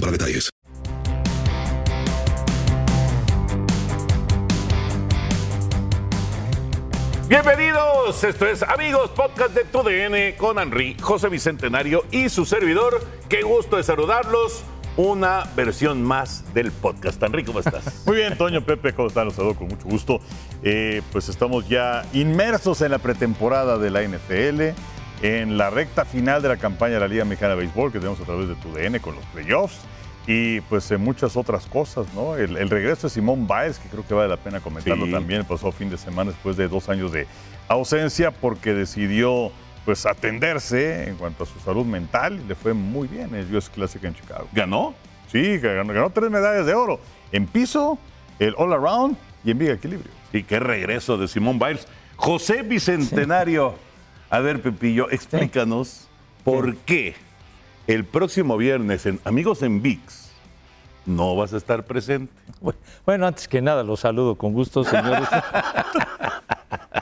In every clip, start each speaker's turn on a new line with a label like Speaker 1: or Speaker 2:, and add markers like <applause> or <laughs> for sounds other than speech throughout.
Speaker 1: para detalles.
Speaker 2: Bienvenidos, esto es Amigos Podcast de TUDN con Henry, José Bicentenario y su servidor. Qué gusto de saludarlos. Una versión más del podcast. Henry, ¿cómo <laughs> estás?
Speaker 3: Muy bien, Toño, Pepe, ¿cómo están? Los saludo con mucho gusto. Eh, pues estamos ya inmersos en la pretemporada de la NFL, en la recta final de la campaña de la Liga Mexicana de Béisbol que tenemos a través de TUDN con los playoffs y pues en muchas otras cosas, ¿no? El, el regreso de Simón Báez, que creo que vale la pena comentarlo
Speaker 2: Sí.
Speaker 3: también, pasó fin de semana después de dos años de ausencia porque decidió pues atenderse en cuanto a su salud mental y le fue muy bien en el US Classic en Chicago.
Speaker 2: ¿Ganó?
Speaker 3: Sí, que ganó, ganó tres medallas de oro. En piso, el all around y en viga equilibrio.
Speaker 2: Y qué regreso de Simón Biles. José Bicentenario. A ver, Pepillo, explícanos por qué el próximo viernes en Amigos en VIX no vas a estar presente.
Speaker 4: <laughs> Bueno, antes que nada, los saludo con gusto, señores.
Speaker 3: <laughs>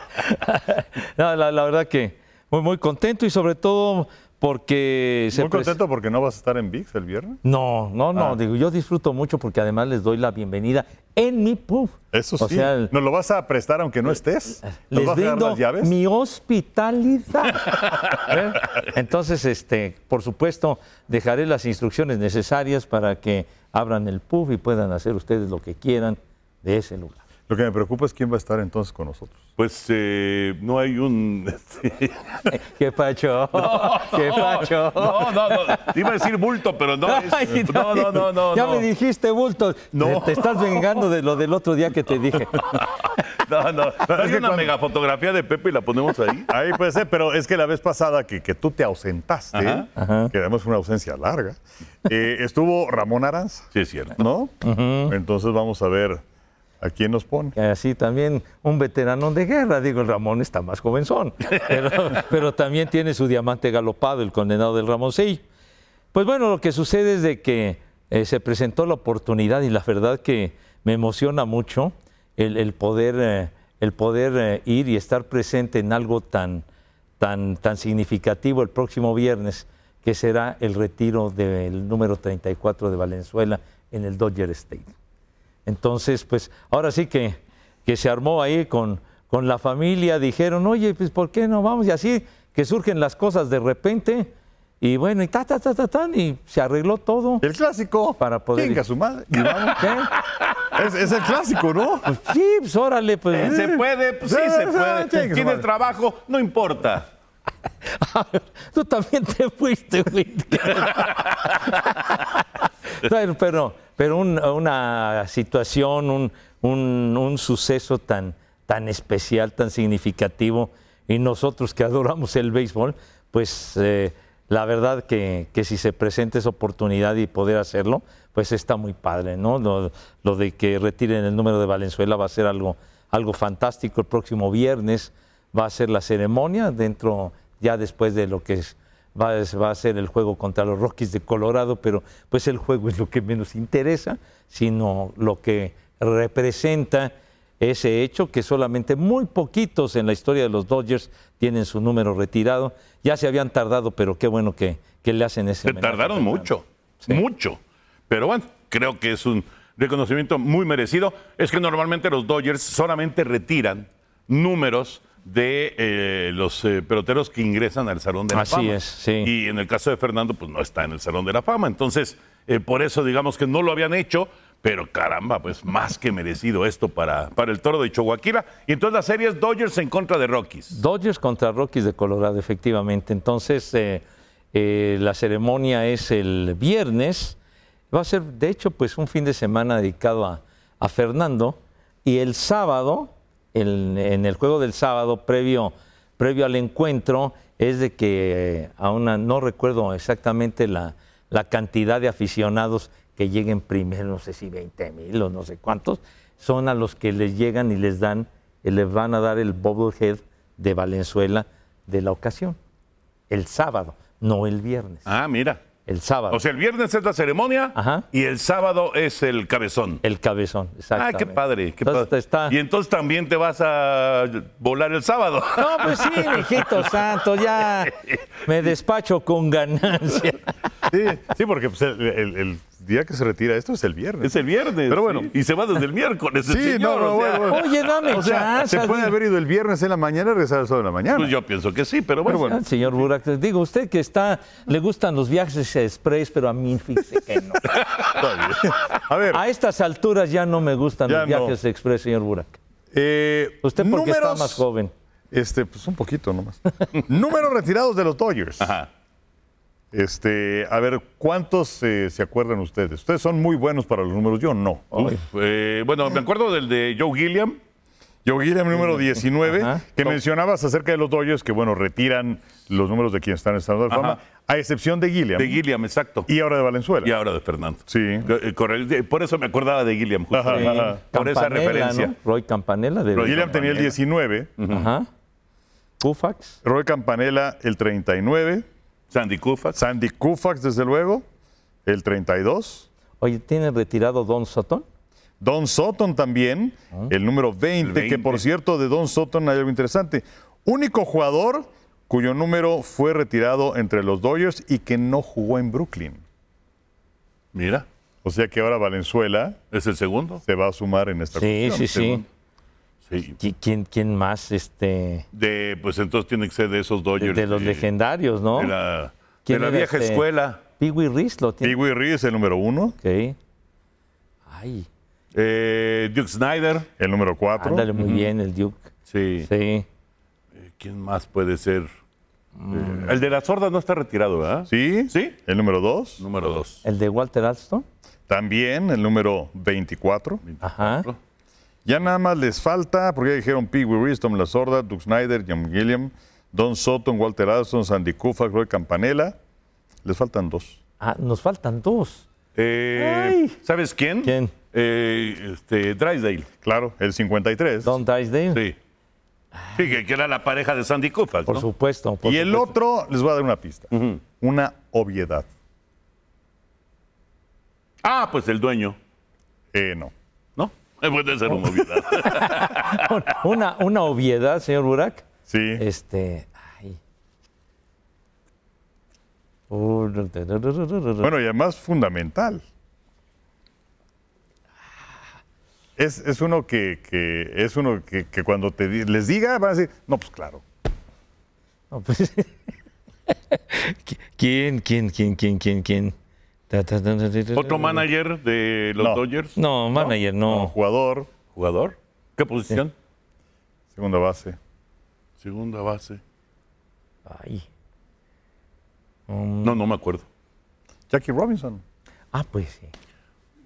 Speaker 4: No, la, la verdad que muy, muy contento y sobre todo porque...
Speaker 3: Muy
Speaker 2: pues,
Speaker 4: pres-
Speaker 3: contento porque no vas a estar en VIX el viernes.
Speaker 4: No, no, no,
Speaker 3: Ah.
Speaker 4: digo, yo disfruto mucho porque además les doy la bienvenida en mi pub.
Speaker 3: Eso
Speaker 4: O
Speaker 3: sí.
Speaker 4: sea, el- eh,
Speaker 3: Nos lo vas a prestar aunque no estés. Nos
Speaker 4: les
Speaker 3: vas a dar
Speaker 4: brindo
Speaker 3: las llaves.
Speaker 4: mi hospitalidad. <laughs> ¿Eh? Entonces, este, por supuesto, dejaré las instrucciones necesarias para que abran el pub y puedan hacer ustedes lo que quieran de ese lugar.
Speaker 3: Lo que me preocupa es quién va a estar entonces con nosotros.
Speaker 2: Pues eh, no hay un. <laughs> este,
Speaker 4: ¿Qué pacho? <laughs> ¿Qué pacho?
Speaker 2: No, no, no. Iba a decir bulto, pero no. es-
Speaker 4: <laughs> Ay,
Speaker 2: no, no, no, no.
Speaker 4: Ya
Speaker 2: no.
Speaker 4: me dijiste, bulto.
Speaker 2: No.
Speaker 4: Te, te estás vengando de lo del otro día que
Speaker 2: <laughs>
Speaker 4: te dije.
Speaker 2: No, no. Hay
Speaker 3: que
Speaker 2: una
Speaker 3: cuando-
Speaker 2: mega fotografía de Pepe y la ponemos ahí.
Speaker 3: Ahí puede ser, pero es que la vez pasada que, que tú te ausentaste,
Speaker 2: Ajá.
Speaker 3: que además fue una ausencia larga, eh, estuvo Ramón Aranza,
Speaker 2: Sí, es cierto.
Speaker 3: ¿no? Entonces vamos a ver a quién nos pone.
Speaker 4: Que Así también un veterano de guerra. Digo, el Ramón está más jovenzón. Pero, pero también tiene su diamante galopado, el condenado del Ramoncillo. Pues bueno, lo que sucede es de que eh, se presentó la oportunidad y la verdad que me emociona mucho el, el poder, eh, el poder eh, ir y estar presente en algo tan, tan, tan significativo el próximo viernes, que será el retiro del número 34 de Valenzuela en el Dodger State. Entonces, pues ahora sí que, que se armó ahí con, con la familia, dijeron, oye, pues ¿por qué no vamos? Y así que surgen las cosas de repente, y bueno, y ta, ta, ta, ta, tan, y se arregló todo.
Speaker 3: El clásico.
Speaker 4: Para poder
Speaker 3: Venga,
Speaker 4: ir.
Speaker 3: su madre.
Speaker 4: Y vamos, <laughs> ¿qué?
Speaker 3: Es, es el clásico, ¿no?
Speaker 4: Sí, pues órale,
Speaker 2: <laughs>
Speaker 4: pues.
Speaker 2: Se puede, pues sí
Speaker 3: Sí,
Speaker 2: se
Speaker 3: sí, sí,
Speaker 2: puede.
Speaker 3: sí,
Speaker 2: Tienes
Speaker 3: sí.
Speaker 2: trabajo, no importa.
Speaker 4: <laughs> Tú también te fuiste, güey. pero, pero, pero un- una situación, un, un- un suceso tan, tan especial, tan significativo, y nosotros que adoramos el béisbol, pues eh, la verdad que, que si se presenta esa oportunidad y poder hacerlo, pues está muy padre, ¿no? Lo, lo de que retiren el número de Valenzuela va a ser algo, algo fantástico el próximo viernes va a ser la ceremonia dentro, ya después de lo que es- va, a- va a ser el juego contra los Rockies de Colorado, pero pues el juego <laughs> es lo que menos interesa, sino lo que representa ese hecho que solamente muy poquitos en la historia de los Dodgers tienen su número retirado. Ya se habían tardado, pero qué bueno que, que le hacen ese
Speaker 2: Se
Speaker 4: homenaje a
Speaker 2: tardaron
Speaker 4: Fernando.
Speaker 2: mucho, mucho. Pero bueno, creo que es un reconocimiento muy merecido. Es que normalmente los Dodgers solamente retiran números de eh, los eh, peloteros que ingresan al Salón de la
Speaker 4: Así
Speaker 2: Fama.
Speaker 4: es, sí.
Speaker 2: Y en el caso de Fernando, pues no está en el Salón de la Fama. Entonces, eh, por eso digamos que no lo habían hecho. Pero caramba, pues más que merecido esto para, para el toro de Chihuahua. Y entonces la serie es Dodgers en contra de Rockies.
Speaker 4: Dodgers contra Rockies de Colorado, efectivamente. Entonces, eh, eh, la ceremonia es el viernes. Va a ser, de hecho, pues un fin de semana dedicado a, a Fernando. Y el sábado, el- en el juego del sábado, previo, previo al encuentro, es de que eh, a una, no recuerdo exactamente la, la cantidad de aficionados que lleguen primero, no sé si 20 mil o no sé cuántos, son a los que les llegan y les dan, y les eh, van a dar el bobblehead de Valenzuela de la ocasión. El sábado, no el viernes.
Speaker 2: Ah, mira.
Speaker 4: El sábado.
Speaker 2: O sea, el viernes es la ceremonia
Speaker 4: Ajá.
Speaker 2: y el sábado es el cabezón.
Speaker 4: el cabezón,
Speaker 2: Ah,
Speaker 4: exactamente.
Speaker 2: qué padre, qué
Speaker 4: Entonces,
Speaker 2: padre.
Speaker 4: Está,
Speaker 2: Y entonces también te vas a volar el sábado.
Speaker 4: No, pues sí,
Speaker 2: <laughs>
Speaker 4: mijito santo, ya me despacho con ganancia.
Speaker 3: Sí, sí, porque pues, el, el- el día que se retira esto es el viernes.
Speaker 2: Es el viernes.
Speaker 3: Pero bueno.
Speaker 2: sí. Y se va desde el miércoles. el
Speaker 3: Sí,
Speaker 2: señor,
Speaker 3: no, no,
Speaker 2: o sea,
Speaker 3: bueno, bueno.
Speaker 4: Oye, dame
Speaker 3: O sea,
Speaker 4: chance.
Speaker 3: se puede
Speaker 4: di-
Speaker 3: haber ido el viernes en la mañana y regresar el sábado en la mañana.
Speaker 2: Pues yo pienso que sí, pero bueno.
Speaker 4: Ah, señor Burak, digo, usted que está, le gustan los viajes express, pero a mí fíjese
Speaker 2: <laughs>
Speaker 4: que no.
Speaker 3: Está bien. A ver,
Speaker 4: A estas alturas ya no me gustan
Speaker 3: Ya
Speaker 4: los
Speaker 3: no.
Speaker 4: viajes express, señor Burak.
Speaker 3: eh,
Speaker 4: Usted porque está
Speaker 3: números-
Speaker 4: más joven.
Speaker 3: Este, pues un poquito nomás. números retirados de los Dodgers.
Speaker 2: Ajá.
Speaker 3: Este, a ver, ¿cuántos eh, se acuerdan ustedes? Ustedes son muy buenos para los números, yo no.
Speaker 2: Uf, eh, bueno, me acuerdo del de Joe Gilliam.
Speaker 3: Yo Guillermo número 19,
Speaker 4: Ajá.
Speaker 3: que mencionabas acerca de los Dodgers, que bueno, retiran los números de quienes están en Estado de
Speaker 2: Ajá.
Speaker 3: Fama, a excepción de Guillermo
Speaker 2: De Gilliam, exacto.
Speaker 3: y ahora de Valenzuela.
Speaker 2: Y ahora de Fernando.
Speaker 3: Sí.
Speaker 2: Co- eh, corre- Por eso me acordaba de Gilliam, justo.
Speaker 3: Ajá,
Speaker 4: Eh,
Speaker 3: ajá.
Speaker 2: Por esa
Speaker 4: Campanella,
Speaker 2: referencia.
Speaker 4: ¿no? Roy Campanella de
Speaker 2: Roy
Speaker 3: Guilliam tenía el
Speaker 2: Campanella.
Speaker 3: 19,
Speaker 4: Ajá. Pufax.
Speaker 3: Roy Campanella el 39,
Speaker 2: Sandy Koufax.
Speaker 3: Sandy Koufax, desde luego, el 32,
Speaker 4: Oye, ¿tiene retirado Don Sotón?
Speaker 3: Don Sutton también,
Speaker 4: Ah.
Speaker 3: el número 20,
Speaker 2: El
Speaker 3: que por
Speaker 2: 20.
Speaker 3: cierto, de Don Sutton hay algo interesante. Único jugador cuyo número fue retirado entre los Dodgers y que no jugó en Brooklyn.
Speaker 2: Mira,
Speaker 3: O sea que ahora Valenzuela
Speaker 2: es el segundo.
Speaker 3: se va a sumar en esta
Speaker 4: Sí,
Speaker 3: cuestión,
Speaker 4: sí,
Speaker 3: según-
Speaker 4: sí.
Speaker 2: Sí.
Speaker 4: ¿Qui- ¿Quién, quién más? Este,
Speaker 2: De, pues entonces tiene que ser de esos
Speaker 4: de,
Speaker 2: Dodgers.
Speaker 4: de los legendarios, ¿no?
Speaker 2: De la, de
Speaker 4: ¿Quién
Speaker 2: la
Speaker 4: era
Speaker 2: vieja
Speaker 4: este?
Speaker 2: escuela.
Speaker 4: Pee Wee Reese lo tiene.
Speaker 3: Pee-wee Reeves, el número uno,
Speaker 4: Ok. Ay,
Speaker 2: Eh, Duke Snyder.
Speaker 3: el número cuatro.
Speaker 4: ándale muy bien el Duke.
Speaker 2: Sí.
Speaker 4: Sí.
Speaker 2: ¿Quién más puede ser?
Speaker 4: Mm.
Speaker 2: Eh, el de la sorda no está retirado, ¿verdad?
Speaker 3: Sí,
Speaker 2: Sí.
Speaker 3: El número dos.
Speaker 2: Número dos.
Speaker 4: El de Walter Alston.
Speaker 3: También el número 24.
Speaker 4: Ajá.
Speaker 3: Ya nada más les falta, porque ya dijeron Pee Wee Reese, Tom La Sorda, Doug Snyder, John Gilliam, Don Sutton, Walter Alston, Sandy Koufax, Roy Campanella. Les faltan dos.
Speaker 4: Ah, nos faltan dos.
Speaker 2: Eh,
Speaker 4: Ay.
Speaker 2: ¿Sabes quién?
Speaker 4: ¿Quién?
Speaker 2: Eh, este, Drysdale.
Speaker 3: Claro, el 53.
Speaker 4: Don Drysdale.
Speaker 2: Sí. Sí, que, que era la pareja de Sandy Koufax,
Speaker 4: Por
Speaker 2: ¿no?
Speaker 4: supuesto. por
Speaker 3: y el
Speaker 4: supuesto.
Speaker 3: otro, les voy a dar una pista. Una obviedad.
Speaker 2: Ah, pues el dueño,
Speaker 3: Eh, no.
Speaker 2: ¿no? Eh, Puede ser una obviedad.
Speaker 4: <laughs> Una, una obviedad, señor Burak.
Speaker 3: Sí.
Speaker 4: Este. Ay.
Speaker 3: Bueno, y además fundamental. Es, es uno que, que- es uno que, que cuando te di- les diga van a decir, no, pues claro.
Speaker 4: No, pues, <laughs> ¿qui- ¿Quién, quién, quién, quién, quién, quién? Ta, ta, ta, ta, ta, ta,
Speaker 2: Otro
Speaker 4: ta.
Speaker 2: manager de los
Speaker 3: No.
Speaker 2: Dodgers.
Speaker 4: No, manager,
Speaker 3: Como
Speaker 4: no.
Speaker 3: Jugador,
Speaker 2: Jugador. ¿Qué posición?
Speaker 3: segunda base.
Speaker 2: Segunda base.
Speaker 4: Ay.
Speaker 2: No, no me acuerdo.
Speaker 3: Jackie Robinson.
Speaker 4: Ah, pues sí.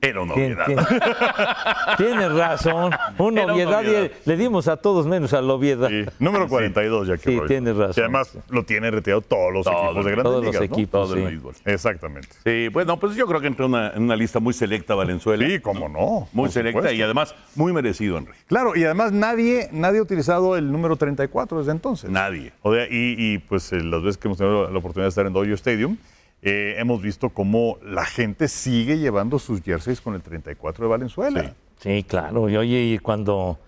Speaker 2: Era una
Speaker 4: Tien-
Speaker 2: obviedad. <laughs>
Speaker 4: tien- Tienes razón. Una
Speaker 2: Era una
Speaker 4: obviedad. y
Speaker 2: obviedad.
Speaker 4: le dimos a todos menos a la obviedad.
Speaker 3: Sí, Número 42, Jackie
Speaker 4: Sí,
Speaker 3: Robinson.
Speaker 4: tienes razón.
Speaker 3: Y además lo tienen retirado todos los
Speaker 2: Todos,
Speaker 3: equipos de grandes
Speaker 4: todos los
Speaker 3: ligas, ¿no?
Speaker 4: equipos.
Speaker 2: Todo el
Speaker 4: sí.
Speaker 2: béisbol.
Speaker 3: Exactamente.
Speaker 2: Sí, bueno, pues yo creo que entró una- en una lista muy selecta Valenzuela.
Speaker 3: Sí, cómo no.
Speaker 2: Muy
Speaker 3: por
Speaker 2: selecta
Speaker 3: supuesto.
Speaker 2: y además muy merecido, Henry.
Speaker 3: Claro, y además nadie, nadie ha utilizado el número 34 desde entonces.
Speaker 2: Nadie.
Speaker 3: O sea, y, y, pues eh, las veces que hemos tenido la oportunidad de estar en Dodger Stadium, eh, hemos visto cómo la gente sigue llevando sus jerseys con el 34 de Valenzuela.
Speaker 4: Sí, claro. Y oye, y cuando,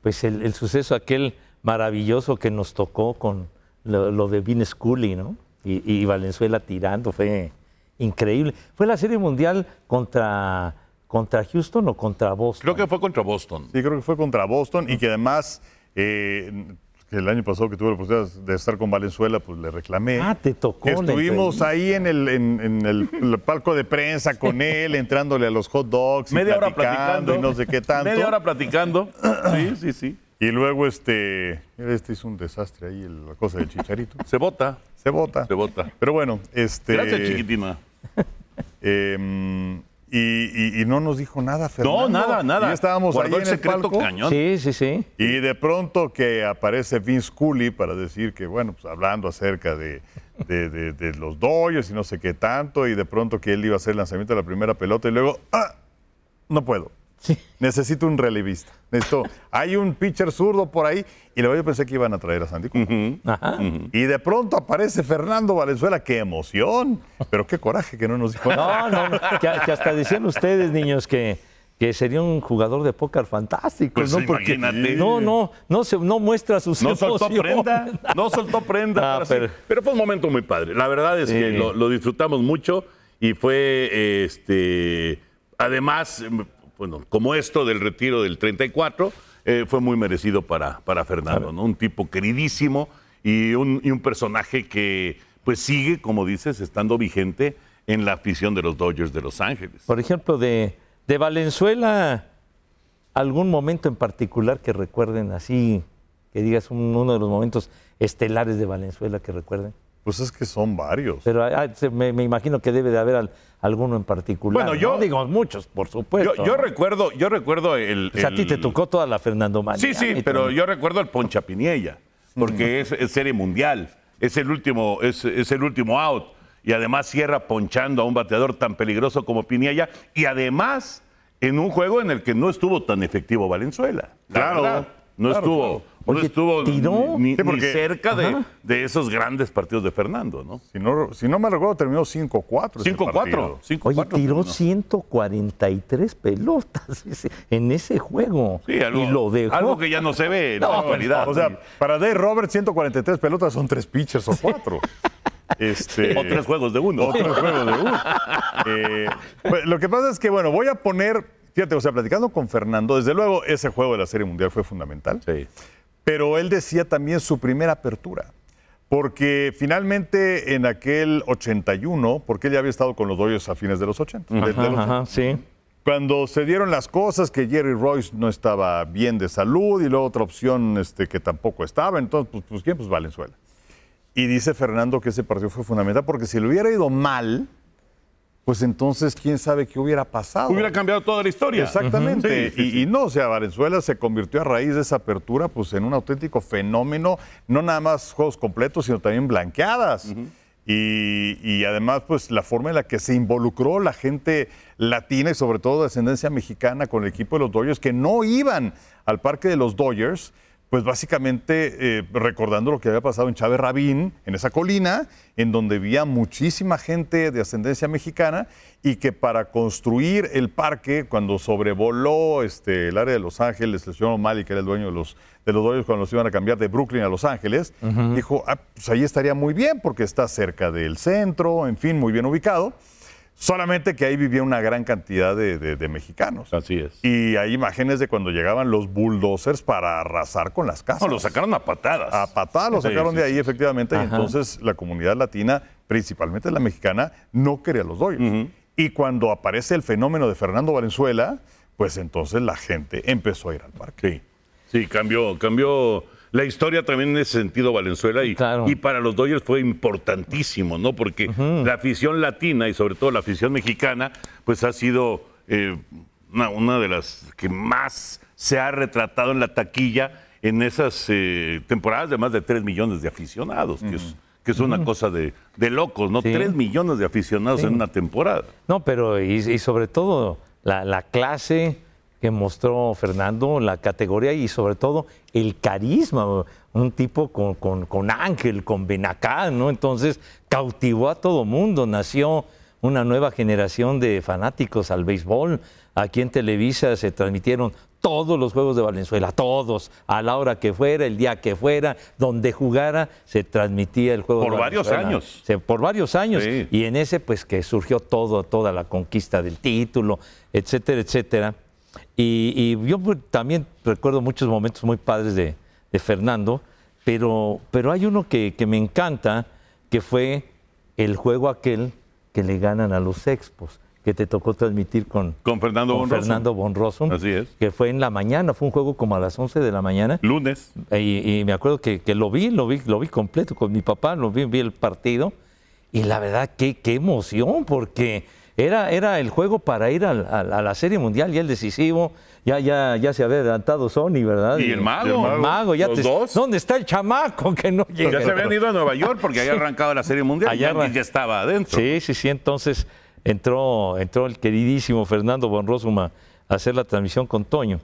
Speaker 4: pues el, el suceso aquel maravilloso que nos tocó con lo, lo de Vin Scully, ¿no? Y, y Valenzuela tirando, fue increíble. ¿Fue la Serie Mundial contra, contra Houston o contra Boston?
Speaker 2: Creo que fue contra Boston.
Speaker 3: Sí, creo que fue contra Boston y que además eh, que el año pasado que tuve la oportunidad de estar con Valenzuela, pues le reclamé.
Speaker 4: Ah, te tocó. la
Speaker 3: Estuvimos
Speaker 4: entrevista.
Speaker 3: ahí en el, en- en el- <laughs> el palco de prensa con él, entrándole a los hot dogs y
Speaker 2: Media hora
Speaker 3: platicando,
Speaker 2: platicando.
Speaker 3: y no sé qué tanto.
Speaker 2: Media hora
Speaker 3: <clears throat>
Speaker 2: platicando. Sí, sí, sí.
Speaker 3: Y luego este, este hizo un desastre ahí, el- la cosa del chicharito.
Speaker 2: Se vota.
Speaker 3: Se vota.
Speaker 2: Se vota.
Speaker 3: Pero bueno, este.
Speaker 2: Gracias, chiquitina.
Speaker 3: eh, y, y- y no nos dijo nada, Fernando.
Speaker 2: No, nada, nada.
Speaker 3: Y ya estábamos ahí
Speaker 2: Guardó
Speaker 3: en
Speaker 2: el
Speaker 3: el
Speaker 2: secreto
Speaker 3: palco.
Speaker 2: cañón.
Speaker 4: Sí, sí, sí.
Speaker 3: Y de pronto que aparece Vince Cooley para decir que, bueno, pues hablando acerca de de, de- de los Dodgers y no sé qué tanto, y de pronto que él iba a hacer el lanzamiento de la primera pelota y luego, ¡ah! No puedo. Necesito un relevista. Necesito. Hay un pitcher zurdo por ahí y la verdad yo pensé que iban a traer a Sandy Koufax.
Speaker 4: Ajá.
Speaker 3: Y de pronto aparece Fernando Valenzuela. ¡Qué emoción! Pero qué coraje que no nos dijo nada.
Speaker 4: No, no, no, que, que hasta decían ustedes, niños, que, que sería un jugador de póker fantástico,
Speaker 2: Pues
Speaker 4: ¿no? Porque
Speaker 2: imagínate.
Speaker 4: no, no, no se no muestra sus
Speaker 2: No soltó
Speaker 4: emociones.
Speaker 2: prenda, no soltó prenda.
Speaker 4: <laughs> Ah,
Speaker 2: pero, sí.
Speaker 4: pero-
Speaker 2: Pero fue un momento muy padre. La verdad es que
Speaker 4: Sí.
Speaker 2: lo, lo disfrutamos mucho y fue, este, además, em, bueno, como esto del retiro del 34, eh, fue muy merecido para, para Fernando, ¿no? Un tipo queridísimo y un, y un personaje que, pues, sigue, como dices, estando vigente en la afición de los Dodgers de Los Ángeles.
Speaker 4: Por ejemplo, de, de Valenzuela, algún momento en particular que recuerden así, que digas un- uno de los momentos estelares de Valenzuela que recuerden.
Speaker 3: Pues es que son varios.
Speaker 4: Pero ah, se- me, me imagino que debe de haber al- alguno en particular.
Speaker 2: Bueno, yo-
Speaker 4: ¿no? digo muchos, por
Speaker 2: Yo,
Speaker 4: supuesto.
Speaker 2: yo
Speaker 4: ¿no?
Speaker 2: recuerdo, yo recuerdo el.
Speaker 4: O sea, a ti
Speaker 2: el-
Speaker 4: te tocó toda la Fernando Mania.
Speaker 2: Sí, sí, pero yo recuerdo al Poncha Piniella, porque es, es serie mundial, es el último, es, es el último out. Y además cierra ponchando a un bateador tan peligroso como Piniella. Y además, en un juego en el que no estuvo tan efectivo Valenzuela. la
Speaker 3: Claro,
Speaker 2: verdad. No
Speaker 3: claro,
Speaker 2: estuvo,
Speaker 3: claro.
Speaker 2: no
Speaker 4: Oye,
Speaker 2: estuvo
Speaker 4: ¿tiró?
Speaker 2: ni,
Speaker 3: Sí,
Speaker 2: ni
Speaker 3: porque-
Speaker 2: cerca de,
Speaker 4: Ajá.
Speaker 2: de esos grandes partidos de Fernando, ¿no?
Speaker 3: Si no, si no me recuerdo, terminó 5-4. ese
Speaker 2: 5-4.
Speaker 3: Pues partido.
Speaker 2: 5-4.
Speaker 4: Oye, tiró
Speaker 2: terminó.
Speaker 4: 143 pelotas <laughs> ese- en ese juego.
Speaker 2: Sí, algo,
Speaker 4: y lo dejó.
Speaker 2: algo que ya no pues, se ve en la actualidad.
Speaker 3: O sea, para Dave Roberts, 143 pelotas son tres pitchers o
Speaker 2: <laughs>
Speaker 3: cuatro. Este,
Speaker 2: o tres juegos de uno.
Speaker 3: otro juego de uno. Eh, pues, lo que pasa es que, bueno, voy a poner, fíjate, o sea, platicando con Fernando, desde luego ese juego de la Serie Mundial fue fundamental.
Speaker 2: Sí.
Speaker 3: pero él decía también su primera apertura. Porque finalmente en aquel 81, porque él ya había estado con los Dodgers a fines de los 80, de- de los
Speaker 4: Ajá, ajá, sí.
Speaker 3: cuando se dieron las cosas, que Jerry Royce no estaba bien de salud y luego otra opción este, que tampoco estaba, entonces, pues, pues, ¿quién? Pues Valenzuela. Y dice Fernando que ese partido fue fundamental porque si le hubiera ido mal, pues entonces quién sabe qué hubiera pasado.
Speaker 2: Hubiera cambiado toda la historia.
Speaker 3: Exactamente.
Speaker 2: Sí, sí,
Speaker 3: y,
Speaker 2: sí.
Speaker 3: y no, o sea, Valenzuela se convirtió a raíz de esa apertura pues en un auténtico fenómeno, no nada más juegos completos, sino también blanqueadas. Y, y además, pues la forma en la que se involucró la gente latina y sobre todo de ascendencia mexicana con el equipo de los Dodgers, que no iban al parque de los Dodgers, pues básicamente eh, recordando lo que había pasado en Chávez Rabín, en esa colina, en donde había muchísima gente de ascendencia mexicana y que para construir el parque, cuando sobrevoló este, el área de Los Ángeles, el señor O'Malley, que era el dueño de los, de los Dodgers, cuando los iban a cambiar de Brooklyn a Los Ángeles, dijo, "Ah, pues ahí estaría muy bien porque está cerca del centro, en fin, muy bien ubicado. Solamente que ahí vivía una gran cantidad de, de- de mexicanos.
Speaker 2: Así es.
Speaker 3: Y hay imágenes de cuando llegaban los bulldozers para arrasar con las casas.
Speaker 2: No, lo sacaron a patadas.
Speaker 3: A patadas lo
Speaker 2: Sí,
Speaker 3: sacaron
Speaker 2: sí,
Speaker 3: de ahí, efectivamente. Y
Speaker 4: Ajá.
Speaker 3: entonces la comunidad latina, principalmente la mexicana, no quería los doyos. Y cuando aparece el fenómeno de Fernando Valenzuela, pues entonces la gente empezó a ir al parque.
Speaker 2: Sí, sí, cambió, cambió la historia también en ese sentido Valenzuela y,
Speaker 4: Claro.
Speaker 2: y para los Dodgers fue importantísimo, ¿no? Porque la afición latina y sobre todo la afición mexicana, pues ha sido eh, una, una de las que más se ha retratado en la taquilla en esas eh, temporadas de más de 3 millones de aficionados, que es, que es una cosa de, de locos, ¿no?
Speaker 4: Sí.
Speaker 2: 3 millones de aficionados en una temporada.
Speaker 4: No, pero y, y sobre todo la, la clase que mostró Fernando, la categoría y sobre todo el carisma, un tipo con, con- con ángel, con Benacán, ¿no? Entonces cautivó a todo mundo, nació una nueva generación de fanáticos al béisbol. Aquí en Televisa se transmitieron todos los juegos de Valenzuela, todos, a la hora que fuera, el día que fuera, donde jugara, se transmitía el juego.
Speaker 2: Por
Speaker 4: de
Speaker 2: varios
Speaker 4: Valenzuela.
Speaker 2: años.
Speaker 4: Se- por varios años.
Speaker 2: Sí.
Speaker 4: Y en ese, pues que surgió todo, toda la conquista del título, etcétera, etcétera. Y, y yo pues, también recuerdo muchos momentos muy padres de, de Fernando, pero, pero hay uno que, que me encanta, que fue el juego aquel que le ganan a los Expos, que te tocó transmitir con,
Speaker 2: Con Fernando
Speaker 4: con
Speaker 2: Bonroso.
Speaker 4: Fernando Bonroso,
Speaker 2: Así es.
Speaker 4: que fue en la mañana, fue un juego como a las 11 de la mañana.
Speaker 2: Lunes.
Speaker 4: Y, y me acuerdo que, que lo vi, lo vi, lo vi completo con mi papá, lo vi, vi el partido. Y la verdad, qué, qué emoción, porque Era, era el juego para ir al- al- a, la Serie Mundial y el decisivo. Ya, ya, ya se había adelantado Sony, ¿verdad?
Speaker 2: Y el mago.
Speaker 4: El mago, ya
Speaker 2: Los
Speaker 4: te-
Speaker 2: dos.
Speaker 4: ¿Dónde está el chamaco que no llega?
Speaker 2: Ya se habían ido a Nueva York porque había arrancado la Serie Mundial
Speaker 4: Allá
Speaker 2: y Yankee
Speaker 4: arran-
Speaker 2: ya estaba adentro.
Speaker 4: Sí, sí, sí. Entonces entró, entró el queridísimo Fernando Bonrosuma a hacer la transmisión con Toño.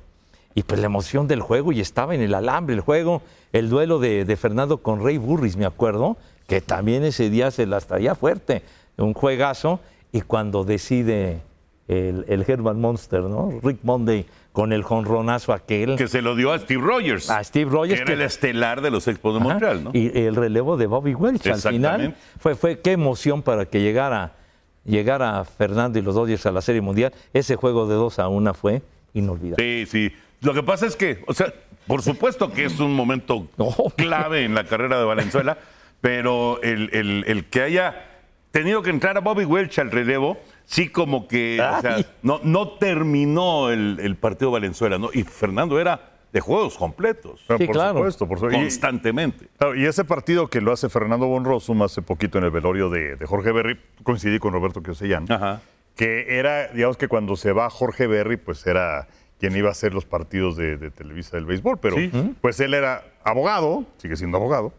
Speaker 4: Y pues la emoción del juego, y estaba en el alambre el juego, el duelo de, de Fernando con Rey Burris, me acuerdo, que también ese día se las traía fuerte, un juegazo, y cuando decide el, el Herman Monster, ¿no? Rick Monday con el jonronazo aquel.
Speaker 2: Que se lo dio a Steve Rogers.
Speaker 4: A Steve Rogers,
Speaker 2: Que era
Speaker 4: que-
Speaker 2: el estelar de los Expos de
Speaker 4: Ajá.
Speaker 2: Montreal, ¿no?
Speaker 4: Y el relevo de Bobby Welch al final
Speaker 2: Exactamente.
Speaker 4: fue, fue qué emoción para que llegara, llegara Fernando y los Dodgers a la Serie Mundial. Ese juego de 2 a 1 fue inolvidable.
Speaker 2: Sí, sí. Lo que pasa es que, o sea, por supuesto que es un momento
Speaker 4: No.
Speaker 2: clave en la carrera de Valenzuela, pero el, el- el que haya tenido que entrar a Bobby Welch al relevo, sí como que, o sea,
Speaker 4: Ay.
Speaker 2: no, no terminó el, el partido Valenzuela, ¿no? Y Fernando era de juegos completos,
Speaker 3: Pero
Speaker 4: Sí,
Speaker 3: por
Speaker 4: claro.
Speaker 3: supuesto, por supuesto. Y-
Speaker 2: constantemente.
Speaker 3: Claro, y ese partido que lo hace Fernando Bonrosum hace poquito en el velorio de, de Jorge Berry, coincidí con Roberto Quioseyan,
Speaker 2: Ajá.
Speaker 3: que era, digamos que cuando se va Jorge Berry, pues era quien iba a hacer los partidos de, de Televisa del béisbol, pero
Speaker 2: Sí.
Speaker 3: pues él era abogado, sigue siendo abogado,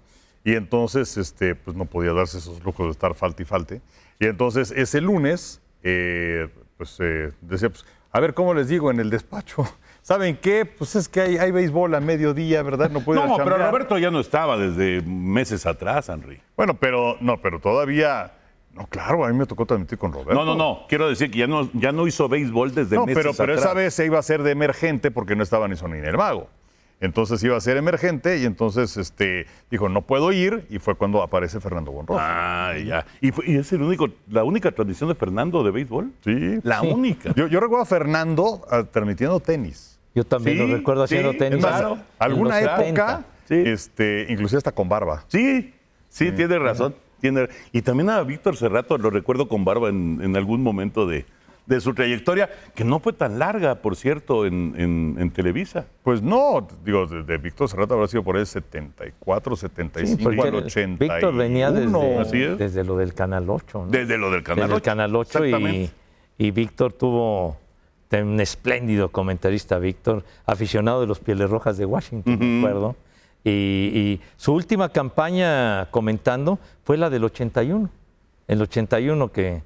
Speaker 3: y entonces este, pues no podía darse esos lujos de estar falte y falte. Y entonces ese lunes, eh, pues eh, decía, pues, a ver, ¿cómo les digo en el despacho? <laughs> ¿Saben qué? Pues es que hay, hay béisbol a mediodía, ¿verdad? No puedo ir a
Speaker 2: No, pero
Speaker 3: chambear".
Speaker 2: Roberto ya no estaba desde meses atrás, Henry.
Speaker 3: Bueno, pero no, pero todavía. No, claro, a mí me tocó transmitir con Roberto.
Speaker 2: No, no, no. Quiero decir que ya no, ya no hizo béisbol desde
Speaker 3: No,
Speaker 2: meses
Speaker 3: pero, pero
Speaker 2: atrás.
Speaker 3: esa vez se iba a ser de emergente porque no estaba ni Sony ni el mago. Entonces iba a ser emergente y entonces este, dijo, no puedo ir. Y fue cuando aparece Fernando Bonroso.
Speaker 2: Ah, ya. ¿Y, fue- y es el único, la única transmisión de Fernando de béisbol?
Speaker 3: Sí.
Speaker 2: La única.
Speaker 3: Yo, yo recuerdo a Fernando ah, transmitiendo tenis.
Speaker 4: Yo también
Speaker 2: Sí,
Speaker 4: lo recuerdo
Speaker 2: sí,
Speaker 4: haciendo tenis.
Speaker 3: Es más,
Speaker 2: Claro.
Speaker 4: en
Speaker 3: alguna
Speaker 4: los
Speaker 3: época,
Speaker 4: 70.
Speaker 2: Sí.
Speaker 3: este, inclusive hasta con barba.
Speaker 2: Sí, sí, tiene razón. Tiene... Y también a Víctor Serrato lo recuerdo con barba en, en algún momento de, de su trayectoria, que no fue tan larga, por cierto, en, en- en Televisa.
Speaker 3: Pues no, digo, de, de Víctor Serrata habrá sido por el 74, 75
Speaker 4: Sí, porque
Speaker 3: al 81.
Speaker 4: Víctor venía
Speaker 2: Así
Speaker 4: desde,
Speaker 2: es.
Speaker 4: desde lo del Canal 8. ¿no?
Speaker 2: Desde lo del Canal
Speaker 4: Desde el
Speaker 2: 8.
Speaker 4: Canal 8 y,
Speaker 2: Exactamente.
Speaker 4: y Víctor tuvo ten- un espléndido comentarista, Víctor, aficionado de los Pieles Rojas de Washington, me acuerdo. Y, y su última campaña comentando fue la del 81. El 81 que...